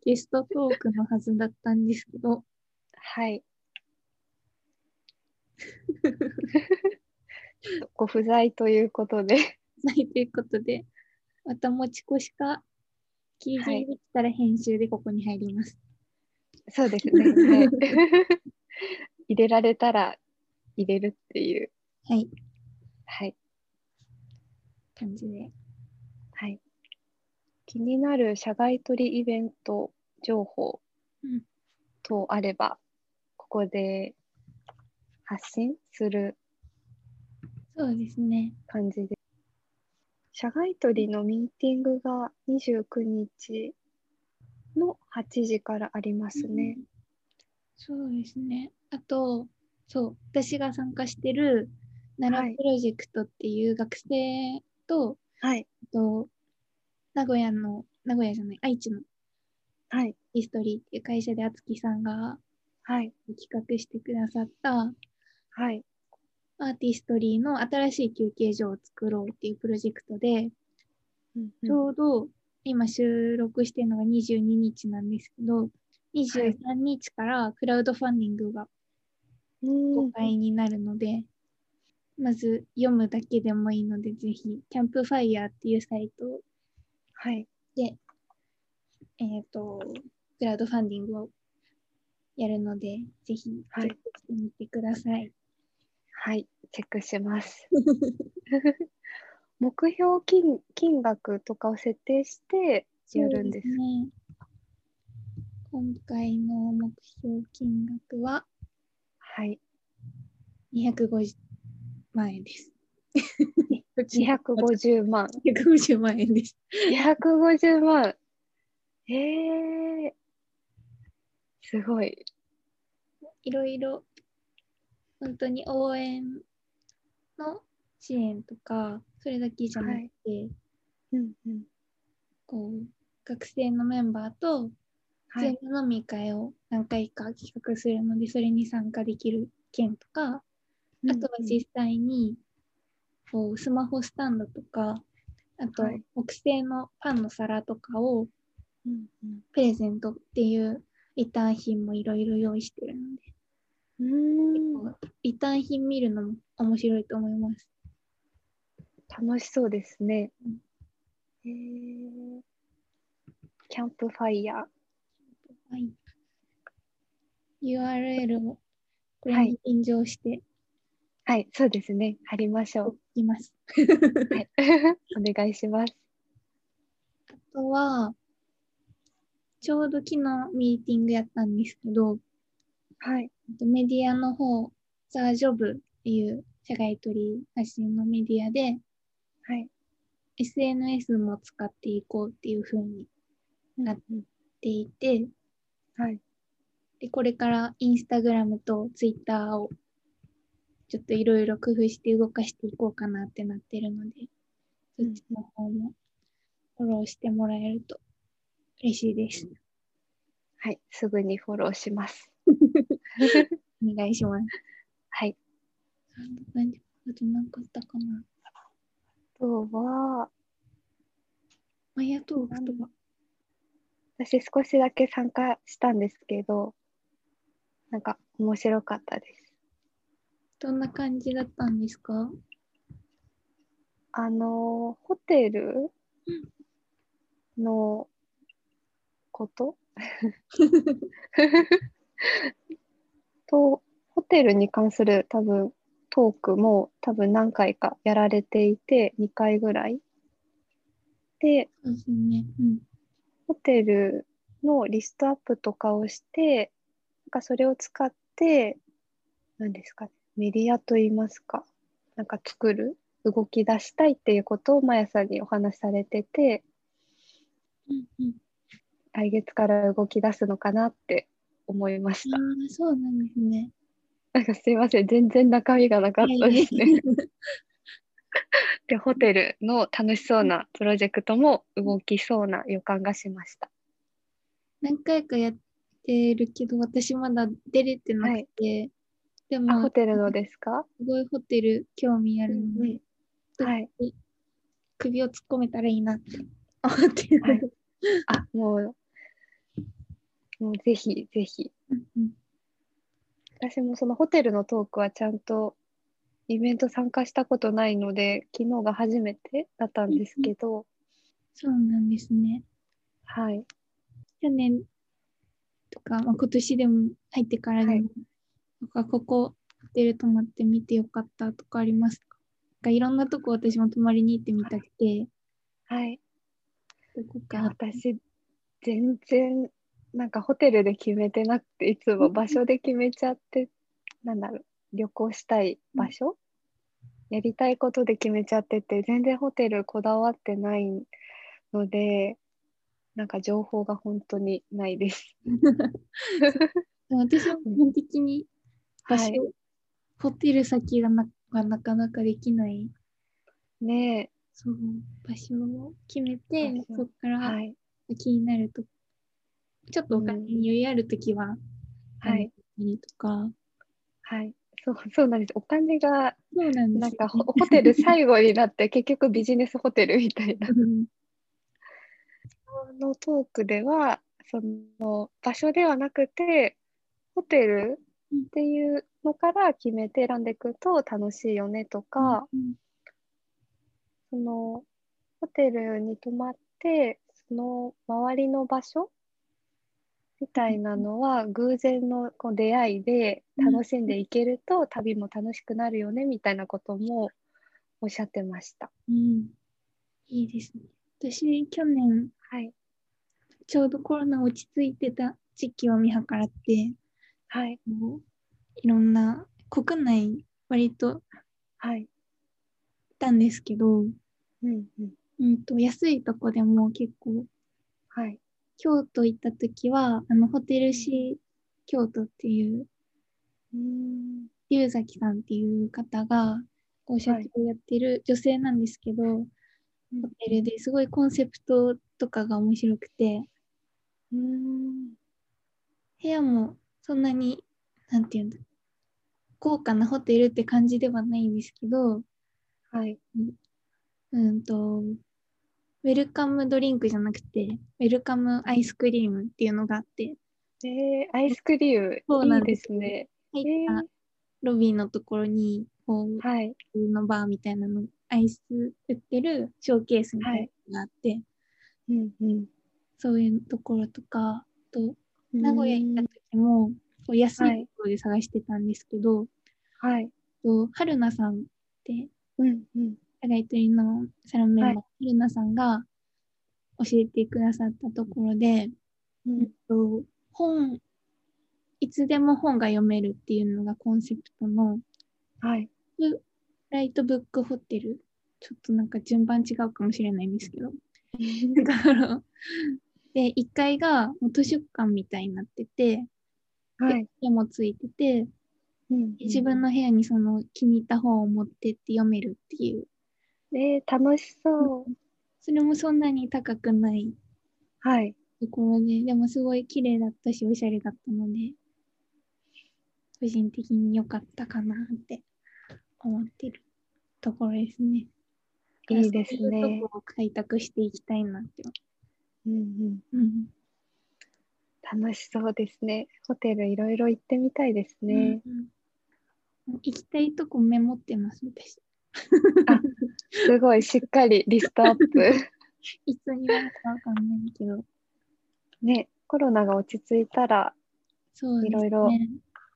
Speaker 1: ゲストトークのはずだったんですけど、
Speaker 2: はい。ちょっとご不在ということで、
Speaker 1: ないということで、また持ち越しか聞いてできたら編集でここに入ります。
Speaker 2: そうですね。 はい、入れられたら入れるっていう。
Speaker 1: はい、
Speaker 2: はい。
Speaker 1: 感じで。
Speaker 2: はい。気になる社外取りイベント情報
Speaker 1: うん
Speaker 2: 等あれば、ここで発信する
Speaker 1: そうですね。
Speaker 2: 感じで。社外取りのミーティングが29日の8時からありますね。
Speaker 1: そうですね。あと、そう、私が参加してる奈
Speaker 2: は
Speaker 1: 良
Speaker 2: い
Speaker 1: プロジェクトっていう学生と、
Speaker 2: はい。
Speaker 1: あと、名古屋の、名古屋じゃない、愛知の
Speaker 2: はい。
Speaker 1: ヒストリーっていう会社であつきさんが
Speaker 2: はい。
Speaker 1: 企画してくださった
Speaker 2: はい。
Speaker 1: アーティストリーの新しい休憩所を作ろうっていうプロジェクトで、
Speaker 2: うん
Speaker 1: ちょうど今収録してるのが22日なんですけど、23日からクラウドファンディングが
Speaker 2: うん
Speaker 1: 公開になるので、まず読むだけでもいいので、ぜひ、キャンプファイヤーっていうサイト
Speaker 2: はい。
Speaker 1: で、えっ、と、クラウドファンディングをやるので、ぜひ、チェックしてみてください。
Speaker 2: はい。チェックし ます。目標金金額とかを設定してやるんですか
Speaker 1: そうね。今回の目標金額は
Speaker 2: はい。
Speaker 1: 250万円 です。
Speaker 2: 250万。
Speaker 1: 250万円です。
Speaker 2: 250万。ええすごい。
Speaker 1: いろいろ、本当に応援の支援とか、それだけじゃなくて、
Speaker 2: うんうん。
Speaker 1: こう、学生のメンバーとそ
Speaker 2: は
Speaker 1: うい
Speaker 2: い。
Speaker 1: う飲み会を何回か企画するので、それに参加できる件とか、あとは実際にこうスマホスタンドとか、あと
Speaker 2: はい
Speaker 1: 木製のパンの皿とかを
Speaker 2: うんうん
Speaker 1: プレゼントっていうリターン品もいろいろ用意してるので、
Speaker 2: うん
Speaker 1: こうリターン品見るのも面白いと思います。
Speaker 2: 楽しそうですね
Speaker 1: うん。
Speaker 2: えーキャンプファイヤー。
Speaker 1: はい、URL をこ
Speaker 2: は
Speaker 1: れ
Speaker 2: い
Speaker 1: に印上して
Speaker 2: はい、そうですね。貼りましょ
Speaker 1: おきます。
Speaker 2: う。はい、お願いします。
Speaker 1: あとは、ちょうど昨日ミーティングやったんですけど、
Speaker 2: はい。
Speaker 1: メディアの方、ザ・ジョブっていう社外取り発信のメディアで、
Speaker 2: はい。
Speaker 1: SNS も使っていこうっていう風になっ
Speaker 2: うん
Speaker 1: ていて、
Speaker 2: はい。
Speaker 1: でこれからインスタグラムとツイッターをちょっといろいろ工夫して動かしていこうかなってなってるので、そっちの方もフォローしてもらえると嬉しいです。
Speaker 2: はい。すぐにフォローします。
Speaker 1: お願いします。
Speaker 2: はい。
Speaker 1: そんな感じあと何かあったかな
Speaker 2: あとは、
Speaker 1: マヤトークとか。
Speaker 2: 私少しだけ参加したんですけど、なんか面白かったです。
Speaker 1: どんな感じだったんですか
Speaker 2: あの、ホテルのことと、ホテルに関する多分トークも多分何回かやられていて、2回ぐらい。で、
Speaker 1: そうですね。うん。
Speaker 2: ホテルのリストアップとかをして、なんかそれを使って、何ですかね、メディアと言いますか、なんか作る、動き出したいっていうことをマヤさんにお話しされてて、
Speaker 1: うんうん。
Speaker 2: 来月から動き出すのかなって思いました。
Speaker 1: ああ、そうなんですね。
Speaker 2: なんかすいません、全然中身がなかったですね。で、ホテルの楽しそうなプロジェクトも動きそうな予感がしました。
Speaker 1: 何回かやってるけど、私まだ出れてなくて、で
Speaker 2: あ、
Speaker 1: も
Speaker 2: ホ、テルのですか、
Speaker 1: すごいホテル興味あるの
Speaker 2: うんう
Speaker 1: で
Speaker 2: ん、はい。
Speaker 1: 首を突っ込めたらいいなって思ってる。
Speaker 2: はいあ、もう、もうぜひぜひ。
Speaker 1: うんうん
Speaker 2: 私もそのホテルのトークはちゃんとイベント参加したことないので、昨日が初めてだったんですけど、
Speaker 1: そうなんですね。
Speaker 2: はい。
Speaker 1: 去年とか、まあ、今年でも入ってからでも、
Speaker 2: はい
Speaker 1: とかここホテル泊まってみてよかったとかありますかなんかいろんなとこ私も泊まりに行ってみたくて、
Speaker 2: はい。
Speaker 1: どこか
Speaker 2: 私、全然、なんかホテルで決めてなくて、いつも場所で決めちゃって、なんだろう、旅行したい場所、やりたいことで決めちゃってて、全然ホテルこだわってないので、なんか情報が本当にないです。
Speaker 1: でも私は基本的に場所、
Speaker 2: はい
Speaker 1: ホテル先がながなかなかできない
Speaker 2: ね
Speaker 1: そう場所を決めて
Speaker 2: 場所
Speaker 1: そこか
Speaker 2: え、
Speaker 1: ら
Speaker 2: はい、
Speaker 1: 気になると、ちょっとお金に余裕ある時は、
Speaker 2: はい、
Speaker 1: 何とか
Speaker 2: はい。そう、 そうなんです。お金が、
Speaker 1: そうなんです
Speaker 2: なん かホ
Speaker 1: よ
Speaker 2: ホテル最後になって、結局ビジネスホテルみたいな。
Speaker 1: うん
Speaker 2: このトークでは、その場所ではなくて、ホテルっていうのから決めて選んでいくと楽しいよねとか、
Speaker 1: うん
Speaker 2: そのホテルに泊まって、その周りの場所みたいなのは偶然のこう出会いで楽しんでいけると旅も楽しくなるよねみたいなこともおっしゃってました。
Speaker 1: うん、いいですね。私、去年、
Speaker 2: はい。
Speaker 1: ちょうどコロナ落ち着いてた時期を見計らって、
Speaker 2: はい。
Speaker 1: こういろんな国内、割と行っ
Speaker 2: はい。
Speaker 1: たんですけど、
Speaker 2: うんうん。
Speaker 1: うん、と安いとこでも結構、
Speaker 2: はい。
Speaker 1: 京都行った時は、あのホテルシー京都っていう、
Speaker 2: うーん。
Speaker 1: 龍崎さんっていう方が、こう社長をやってる女性なんですけど、ホテルですごいコンセプトとかが面白くて、
Speaker 2: うん。
Speaker 1: 部屋もそんなに、なんていうんだ、豪華なホテルって感じではないんですけど、
Speaker 2: はい。
Speaker 1: うんと、ウェルカムドリンクじゃなくて、ウェルカムアイスクリームっていうのがあって、
Speaker 2: えー、アイスクリーム、
Speaker 1: そう
Speaker 2: い
Speaker 1: ないん
Speaker 2: で
Speaker 1: です
Speaker 2: すね。
Speaker 1: 入
Speaker 2: え
Speaker 1: った
Speaker 2: ー
Speaker 1: ロビーのところに、こう、
Speaker 2: はい。
Speaker 1: のバーみたいなの、アイス売ってるショーケースみたいなのがあって、
Speaker 2: うんうん。
Speaker 1: そういうところとか、あと、名古屋行った時も、こう安いところで探してたんですけど、
Speaker 2: はい。
Speaker 1: と春菜さんって、
Speaker 2: うんうん。
Speaker 1: 長い鳥のサロンメンバー、春菜さんが教えてくださったところで、
Speaker 2: うん
Speaker 1: と本、いつでも本が読めるっていうのがコンセプトの、
Speaker 2: はい。
Speaker 1: ブライトブックホテル。ちょっとなんか順番違うかもしれないんですけど。だから、で、1階がもう図書館みたいになってて、
Speaker 2: はい。
Speaker 1: 絵もついてて、自分の部屋にその気に入った本を持ってって読めるっていう。
Speaker 2: えー、楽しそう。
Speaker 1: それもそんなに高くない
Speaker 2: はい。
Speaker 1: ところで、でもすごい綺麗だったし、おしゃれだったので、個人的に良かったかなって思ってるところですね。
Speaker 2: いいですね
Speaker 1: そういうとこを開拓していきたいなって思
Speaker 2: うんうん。
Speaker 1: う。うん
Speaker 2: 楽しそうですね。ホテルいろいろ行ってみたいですね。
Speaker 1: うんうん行きたいとこメモってます、私。
Speaker 2: すごいしっかりリストアッ プ。
Speaker 1: いつになるかわかんないけど。
Speaker 2: ね、コロナが落ち着いたら、
Speaker 1: そうですね。
Speaker 2: いろいろ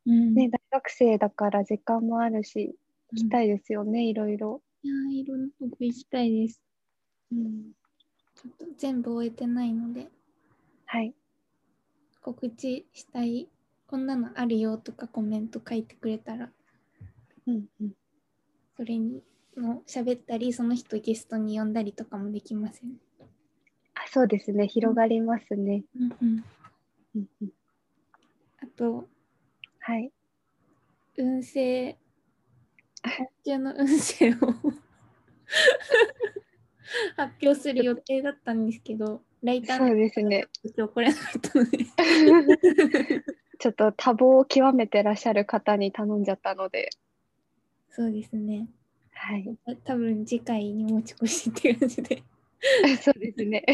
Speaker 1: うん、
Speaker 2: ね、大学生だから時間もあるし、行き
Speaker 1: い。
Speaker 2: たいですよね、いろいろ。
Speaker 1: いやー、いろんなとこ行きたいです。
Speaker 2: うん、
Speaker 1: ちょっと全部終えてないので、
Speaker 2: はい。
Speaker 1: 告知したい、こんなのあるよとかコメント書いてくれたら、
Speaker 2: うんうん、
Speaker 1: それにの喋ったり、その人ゲストに呼んだりとかもできません。
Speaker 2: あそうですね、広がりますね。
Speaker 1: うんうん、
Speaker 2: うんうん、
Speaker 1: あと、
Speaker 2: はい。
Speaker 1: 運勢、今週の運勢を 発表する予定だったんですけど、ライター
Speaker 2: そう
Speaker 1: の
Speaker 2: です ね。
Speaker 1: 今日来れなかったので、
Speaker 2: ちょっと多忙を極めてらっしゃる方に頼んじゃったので、
Speaker 1: そうですね。
Speaker 2: はい。
Speaker 1: 多分次回に持ち越しっていう感じで。
Speaker 2: そうですね。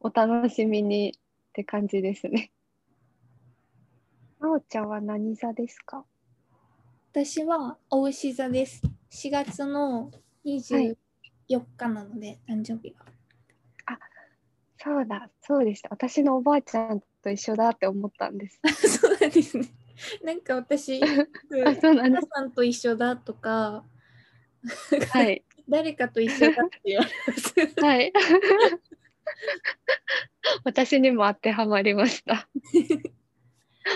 Speaker 2: お楽しみにって感じですね。なおちゃんは何座ですか
Speaker 1: 私はお牛座です。4月の24日なので、誕生日が。
Speaker 2: そうだ、そうでした。私のおばあちゃんと一緒だって思ったんです。
Speaker 1: そうなんですね。なんか 私、
Speaker 2: あ、そうなんで
Speaker 1: 皆さんと一緒だとか、
Speaker 2: す。はい。
Speaker 1: 誰かと一緒だって言われます。
Speaker 2: はい。 私にも当てはまりま した。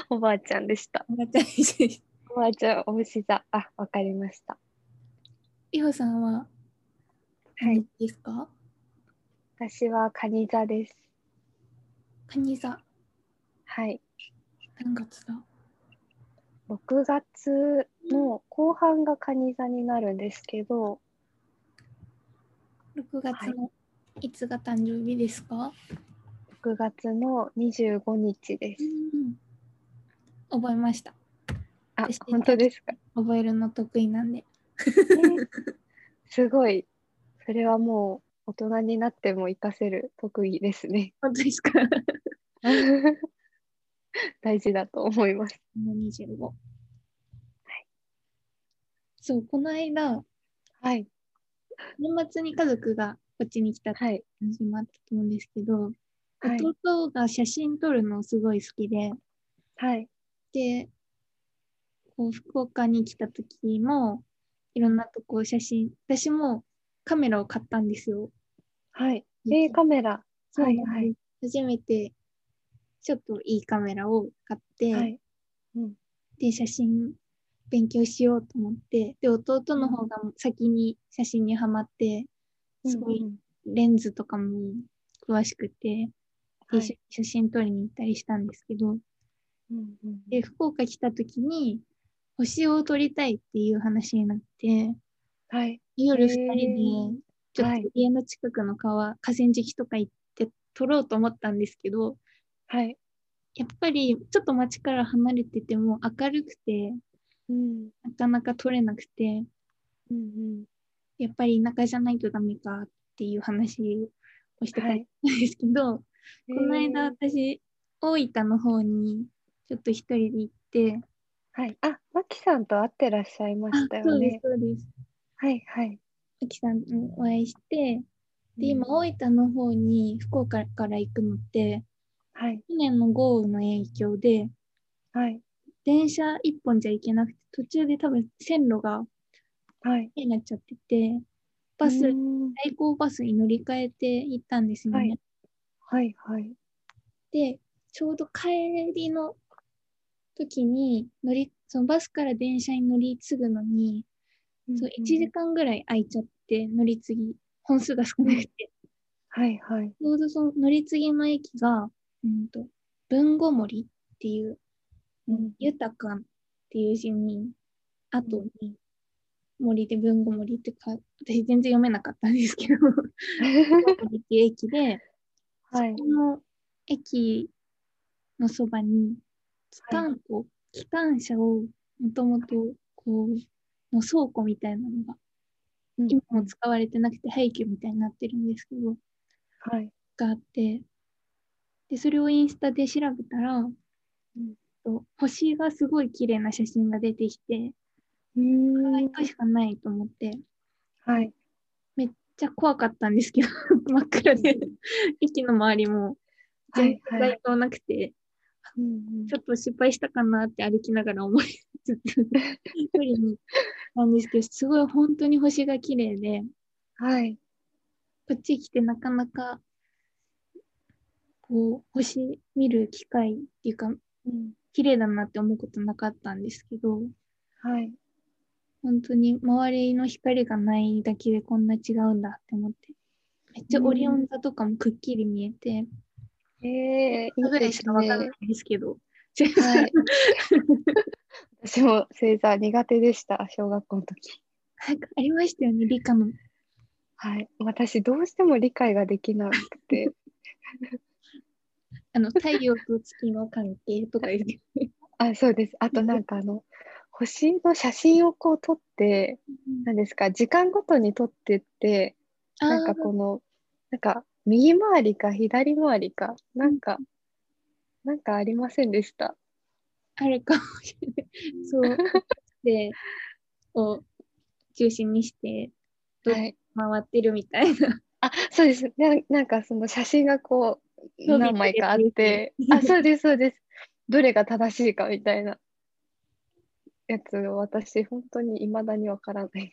Speaker 2: おばあちゃんでした。
Speaker 1: ありが たいし
Speaker 2: おばあちゃん、お牛座。あ、わかりました。
Speaker 1: いほさんは
Speaker 2: はい。
Speaker 1: 何ですか
Speaker 2: 私は蟹座です。
Speaker 1: カニ座
Speaker 2: はい。
Speaker 1: 何月だ
Speaker 2: 6月の後半が蟹座になるんですけど、
Speaker 1: 6月のいつが誕生日ですか、
Speaker 2: 6月の25日です。
Speaker 1: 覚えました
Speaker 2: あ
Speaker 1: 私、
Speaker 2: 本 当ですか。
Speaker 1: 覚えるの得意なんで
Speaker 2: えーすごい。それはもう大人になっても活かせる特技ですね。
Speaker 1: 本当ですか
Speaker 2: 大事だと思います。
Speaker 1: もう25そうこの間
Speaker 2: はい。
Speaker 1: 年末に家族がこっちに来たって
Speaker 2: はい。
Speaker 1: 話もあったと思うんですけど、
Speaker 2: はい。
Speaker 1: 弟が写真撮るのすごい好きで
Speaker 2: はい。
Speaker 1: でこう福岡に来た時もいろんなとこ写真私もカメラを買ったんですよ。
Speaker 2: はい。えーカメラ。
Speaker 1: そう
Speaker 2: はい。はい。
Speaker 1: 初めてちょっといいカメラを買って、
Speaker 2: はい。
Speaker 1: で写真勉強しようと思ってで弟の方が先に写真にはまってすごい
Speaker 2: うん
Speaker 1: レンズとかも詳しくて、
Speaker 2: うん。は
Speaker 1: で
Speaker 2: い。
Speaker 1: 写真撮りに行ったりしたんですけど
Speaker 2: うんうん
Speaker 1: で福岡来た時に星を撮りたいっていう話になって
Speaker 2: はい。へ
Speaker 1: 夜
Speaker 2: ー
Speaker 1: 2人でちょ
Speaker 2: は
Speaker 1: っ
Speaker 2: い
Speaker 1: と家の近くの川河川敷とか行って撮ろうと思ったんですけど
Speaker 2: はい。
Speaker 1: やっぱりちょっと街から離れてても明るくて
Speaker 2: うん
Speaker 1: なかなか取れなくて
Speaker 2: うんうん
Speaker 1: やっぱり田舎じゃないとダメかっていう話をしてた
Speaker 2: は
Speaker 1: ん
Speaker 2: い
Speaker 1: ですけど、この間
Speaker 2: えー
Speaker 1: 私大分の方にちょっと一人で行って
Speaker 2: はいあマキさんと会ってらっしゃいま
Speaker 1: あ
Speaker 2: した
Speaker 1: そ
Speaker 2: よ
Speaker 1: うです
Speaker 2: ね
Speaker 1: そうです
Speaker 2: はいはい
Speaker 1: あきさんにお会いしてで今大分の方に福岡から行くのって
Speaker 2: はい
Speaker 1: 去年の豪雨の影響で
Speaker 2: はい
Speaker 1: 電車一本じゃ行けなくて途中で多分線路が
Speaker 2: はい
Speaker 1: になっちゃっててバス
Speaker 2: う
Speaker 1: 対
Speaker 2: ん
Speaker 1: 向バスに乗り換えて行ったんですよね。
Speaker 2: はいはいはい
Speaker 1: でちょうど帰りの時に乗りそのバスから電車に乗り継ぐのに、そう1時間ぐらい空いちゃって乗り継ぎ本数が少なくて
Speaker 2: はいはい
Speaker 1: ちょうどその乗り継ぎの駅が、うん、と文庫森っていう、
Speaker 2: うん
Speaker 1: 豊かっていう字に、あとに森で文庫森ってか、私全然読めなかったんですけど、 文庫森っていう駅で、
Speaker 2: はい
Speaker 1: この駅のそばに、機関庫、機関車をもともとこう、の倉庫みたいなのが、今も使われてなくて廃墟みたいになってるんですけど、
Speaker 2: はい
Speaker 1: があってでそれをインスタで調べたら、と星がすごい綺麗な写真が出てきて
Speaker 2: うーん
Speaker 1: これ1個しかないと思ってめっ
Speaker 2: はい
Speaker 1: ちゃ怖かったんですけど 真っ暗で駅の周りも
Speaker 2: はい
Speaker 1: 全
Speaker 2: は
Speaker 1: 然
Speaker 2: い
Speaker 1: 街灯なくて、
Speaker 2: うんうん
Speaker 1: ちょっと失敗したかなって歩きながら思いつつ取りに行ったんですけどすごい本当に星が綺麗で
Speaker 2: はい
Speaker 1: こっち来てなかなかこう星見る機会っていうか
Speaker 2: うん
Speaker 1: 綺麗だなって思うことなかったんですけど
Speaker 2: はい
Speaker 1: 本当に周りの光がないだけでこんな違うんだって思ってめっちゃオリオン座とかもくっきり見えて、
Speaker 2: えー、
Speaker 1: それぐら
Speaker 2: で
Speaker 1: いし
Speaker 2: す
Speaker 1: かわからない
Speaker 2: ね
Speaker 1: んですけど、
Speaker 2: はい私も星座苦手でした小学校の時
Speaker 1: なんかありましたよね理科の
Speaker 2: はい私どうしても理解ができなくて
Speaker 1: あの太陽と月の関係とかですけ
Speaker 2: あそうですあとなんかあの星の写真をこう撮って
Speaker 1: ど
Speaker 2: 何ですか時間ごとに撮ってってなんか
Speaker 1: あー
Speaker 2: このなんか右回りか左回りかなんかなんかありませんでした
Speaker 1: あるかもしれないそうでを中心にして
Speaker 2: はい
Speaker 1: 回ってるみたいな
Speaker 2: あそうですななんかその写真がこう
Speaker 1: 伸びてる
Speaker 2: 何枚かあって
Speaker 1: やつ
Speaker 2: あそうですそうですどれが正しいかみたいなやつを私本当に未だにわからないで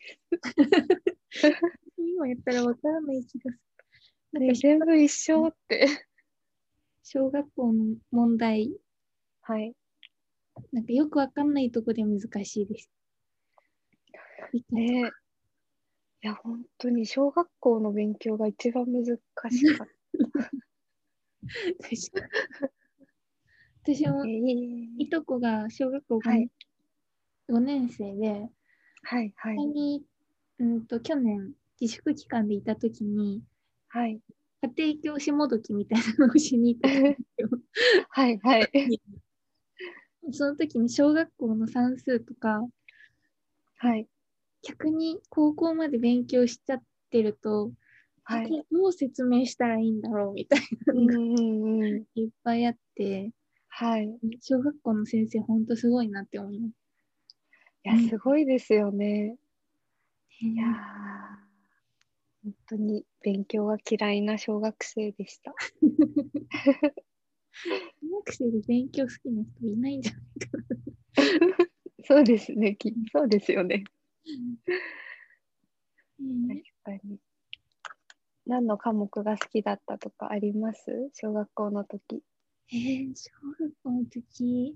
Speaker 2: す
Speaker 1: 今やったらわからない気がするなん
Speaker 2: ね
Speaker 1: か
Speaker 2: 全部一緒って
Speaker 1: 小学校の問題
Speaker 2: はい
Speaker 1: なんかよくわかんないとこで難しいです。
Speaker 2: ねいや本当に小学校の勉強が一番難しかっ
Speaker 1: 私私
Speaker 2: た
Speaker 1: も
Speaker 2: ね
Speaker 1: いとこが小学校
Speaker 2: はい
Speaker 1: 5年生で、
Speaker 2: はいはい
Speaker 1: 前にうんと去年自粛期間でいた時に
Speaker 2: はい
Speaker 1: 家庭教師もどきみたいなのをしに行ってたん ですよ。
Speaker 2: はいはい
Speaker 1: その時に小学校の算数とか
Speaker 2: はい
Speaker 1: 逆に高校まで勉強しちゃってると、
Speaker 2: はい
Speaker 1: これどう説明したらいいんだろうみたいな
Speaker 2: う
Speaker 1: の
Speaker 2: ん
Speaker 1: が
Speaker 2: うんうん
Speaker 1: いっぱいあって。
Speaker 2: はいい
Speaker 1: 小学校の先生ほんとすごいなって思います。
Speaker 2: やすごいですよねい
Speaker 1: い
Speaker 2: やー本当に勉強が嫌いな小学生でした。
Speaker 1: 小学生で勉強好きな人いないんじゃないかな。
Speaker 2: そうですね、きそうですよね。確
Speaker 1: ね
Speaker 2: かに。何の科目が好きだったとかあります小学校の時。
Speaker 1: えー小学校の時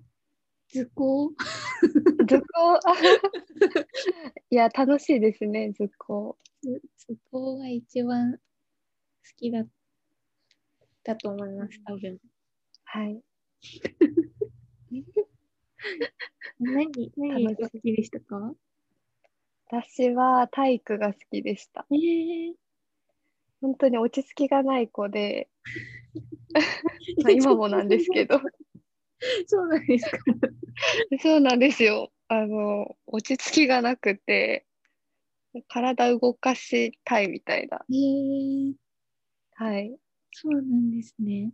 Speaker 1: 図工
Speaker 2: 図工 いや、楽しいですね、図工。
Speaker 1: 図図工が一番好きだだと思います、多分。
Speaker 2: はい。
Speaker 1: 何、何が
Speaker 2: 楽
Speaker 1: 好きでしたか
Speaker 2: 私は体育が好きでした。
Speaker 1: えー、
Speaker 2: 本当 に落ち着きがない子で、まあ今もなんですけど。
Speaker 1: そうなんですか。
Speaker 2: そうなんですよ。あの、落ち着きがなくて、体動かしたいみたいな。
Speaker 1: へえ
Speaker 2: はい。
Speaker 1: そうなんですね。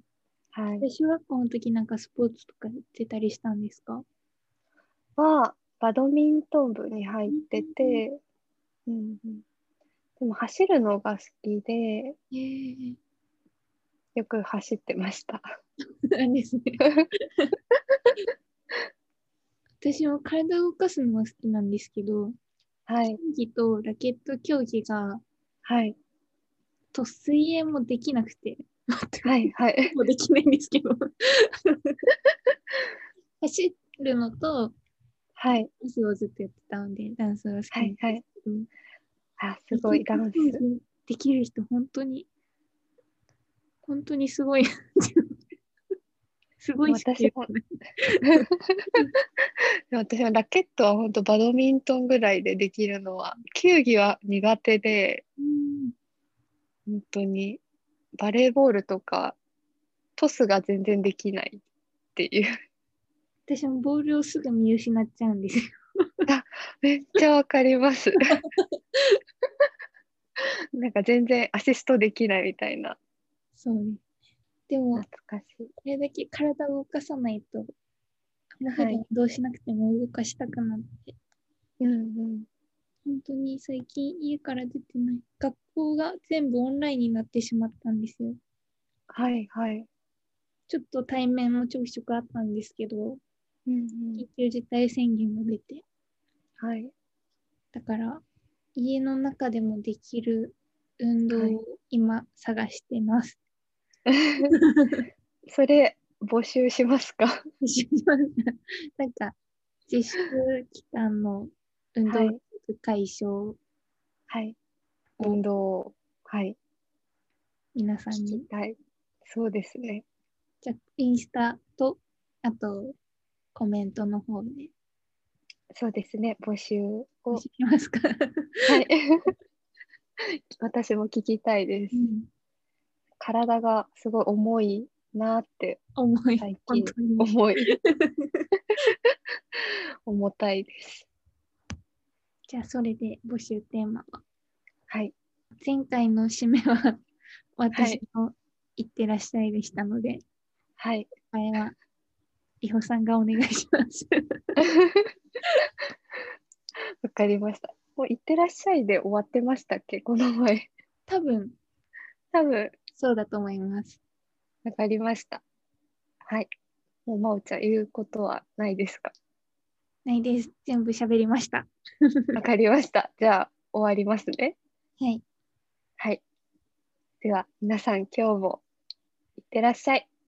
Speaker 2: はい。
Speaker 1: で小学校の時なんかスポーツとかやってたりしたんですか
Speaker 2: は、バドミントン部に入ってて、うんうん、でも走るのが好きで、
Speaker 1: へえ
Speaker 2: よく走ってました。
Speaker 1: なんです ね。私も体を動かすのは好きなんですけど、
Speaker 2: は
Speaker 1: 競
Speaker 2: い。
Speaker 1: 技とラケット競技が、
Speaker 2: はい。
Speaker 1: と水泳もできなく て、
Speaker 2: はい。はい。
Speaker 1: もうできないんですけ ど。走るのと、
Speaker 2: はい。
Speaker 1: ダンスをずっとやってたので、ダンスが好き
Speaker 2: は
Speaker 1: なん
Speaker 2: い
Speaker 1: で。
Speaker 2: はい
Speaker 1: すけど。
Speaker 2: あ、すごいダンス。
Speaker 1: できる人、本当に、本当にすごい。すごいしか言えない
Speaker 2: 私はラケットは本当バドミントンぐらいでできるのは、球技は苦手で、
Speaker 1: うん
Speaker 2: 本当にバレーボールとか、トスが全然できないっていう。
Speaker 1: 私もボールをすぐ見失っちゃうんですよ。
Speaker 2: めっちゃわか ります。なんか全然アシストできないみたいな。
Speaker 1: そうね。でも、
Speaker 2: 懐かしい。
Speaker 1: これだけ体を動かさないと、普
Speaker 2: は
Speaker 1: 段
Speaker 2: い
Speaker 1: 移動しなくても動かしたくなって、
Speaker 2: うんうん。
Speaker 1: 本当に最近家から出てない。学校が全部オンラインになってしまったんですよ。
Speaker 2: はいはい。
Speaker 1: ちょっと対面もちょくちょくあったんですけど、
Speaker 2: うん
Speaker 1: 緊急事態宣言も出て、
Speaker 2: うん。はい。
Speaker 1: だから家の中でもできる運動を今探してます。
Speaker 2: それ募集しますか。
Speaker 1: なんか自粛期間の運動
Speaker 2: はい
Speaker 1: 解消、
Speaker 2: はい。運動をはい。
Speaker 1: 皆さん
Speaker 2: 聞き
Speaker 1: に。
Speaker 2: たい。そうですね。
Speaker 1: じゃあインスタと、あとコメントの方で
Speaker 2: そうですね。募集を。
Speaker 1: 教
Speaker 2: は
Speaker 1: えますか。
Speaker 2: い。 私も聞きたいです
Speaker 1: う。 ん
Speaker 2: 体がすごい重いなって
Speaker 1: 重い。
Speaker 2: 最近
Speaker 1: 本当に。
Speaker 2: 重い。重たいです。
Speaker 1: じゃあそれで募集テーマは。
Speaker 2: はい。
Speaker 1: 前回の締め は私の行ってらっしゃいでしたので、
Speaker 2: はい。
Speaker 1: あれは、いほさんがお願いし ます。
Speaker 2: わかりました。もう行ってらっしゃいで終わってましたっけこの前。
Speaker 1: 多分、
Speaker 2: 多分、
Speaker 1: そうだと思います。
Speaker 2: わかりました。はい。もう、まおちゃん、言うことはないですか
Speaker 1: ないです。全部喋りました。
Speaker 2: わかりました。じゃあ、終わりますね。
Speaker 1: はい。
Speaker 2: はい。では、皆さん、今日も、いってらっしゃい。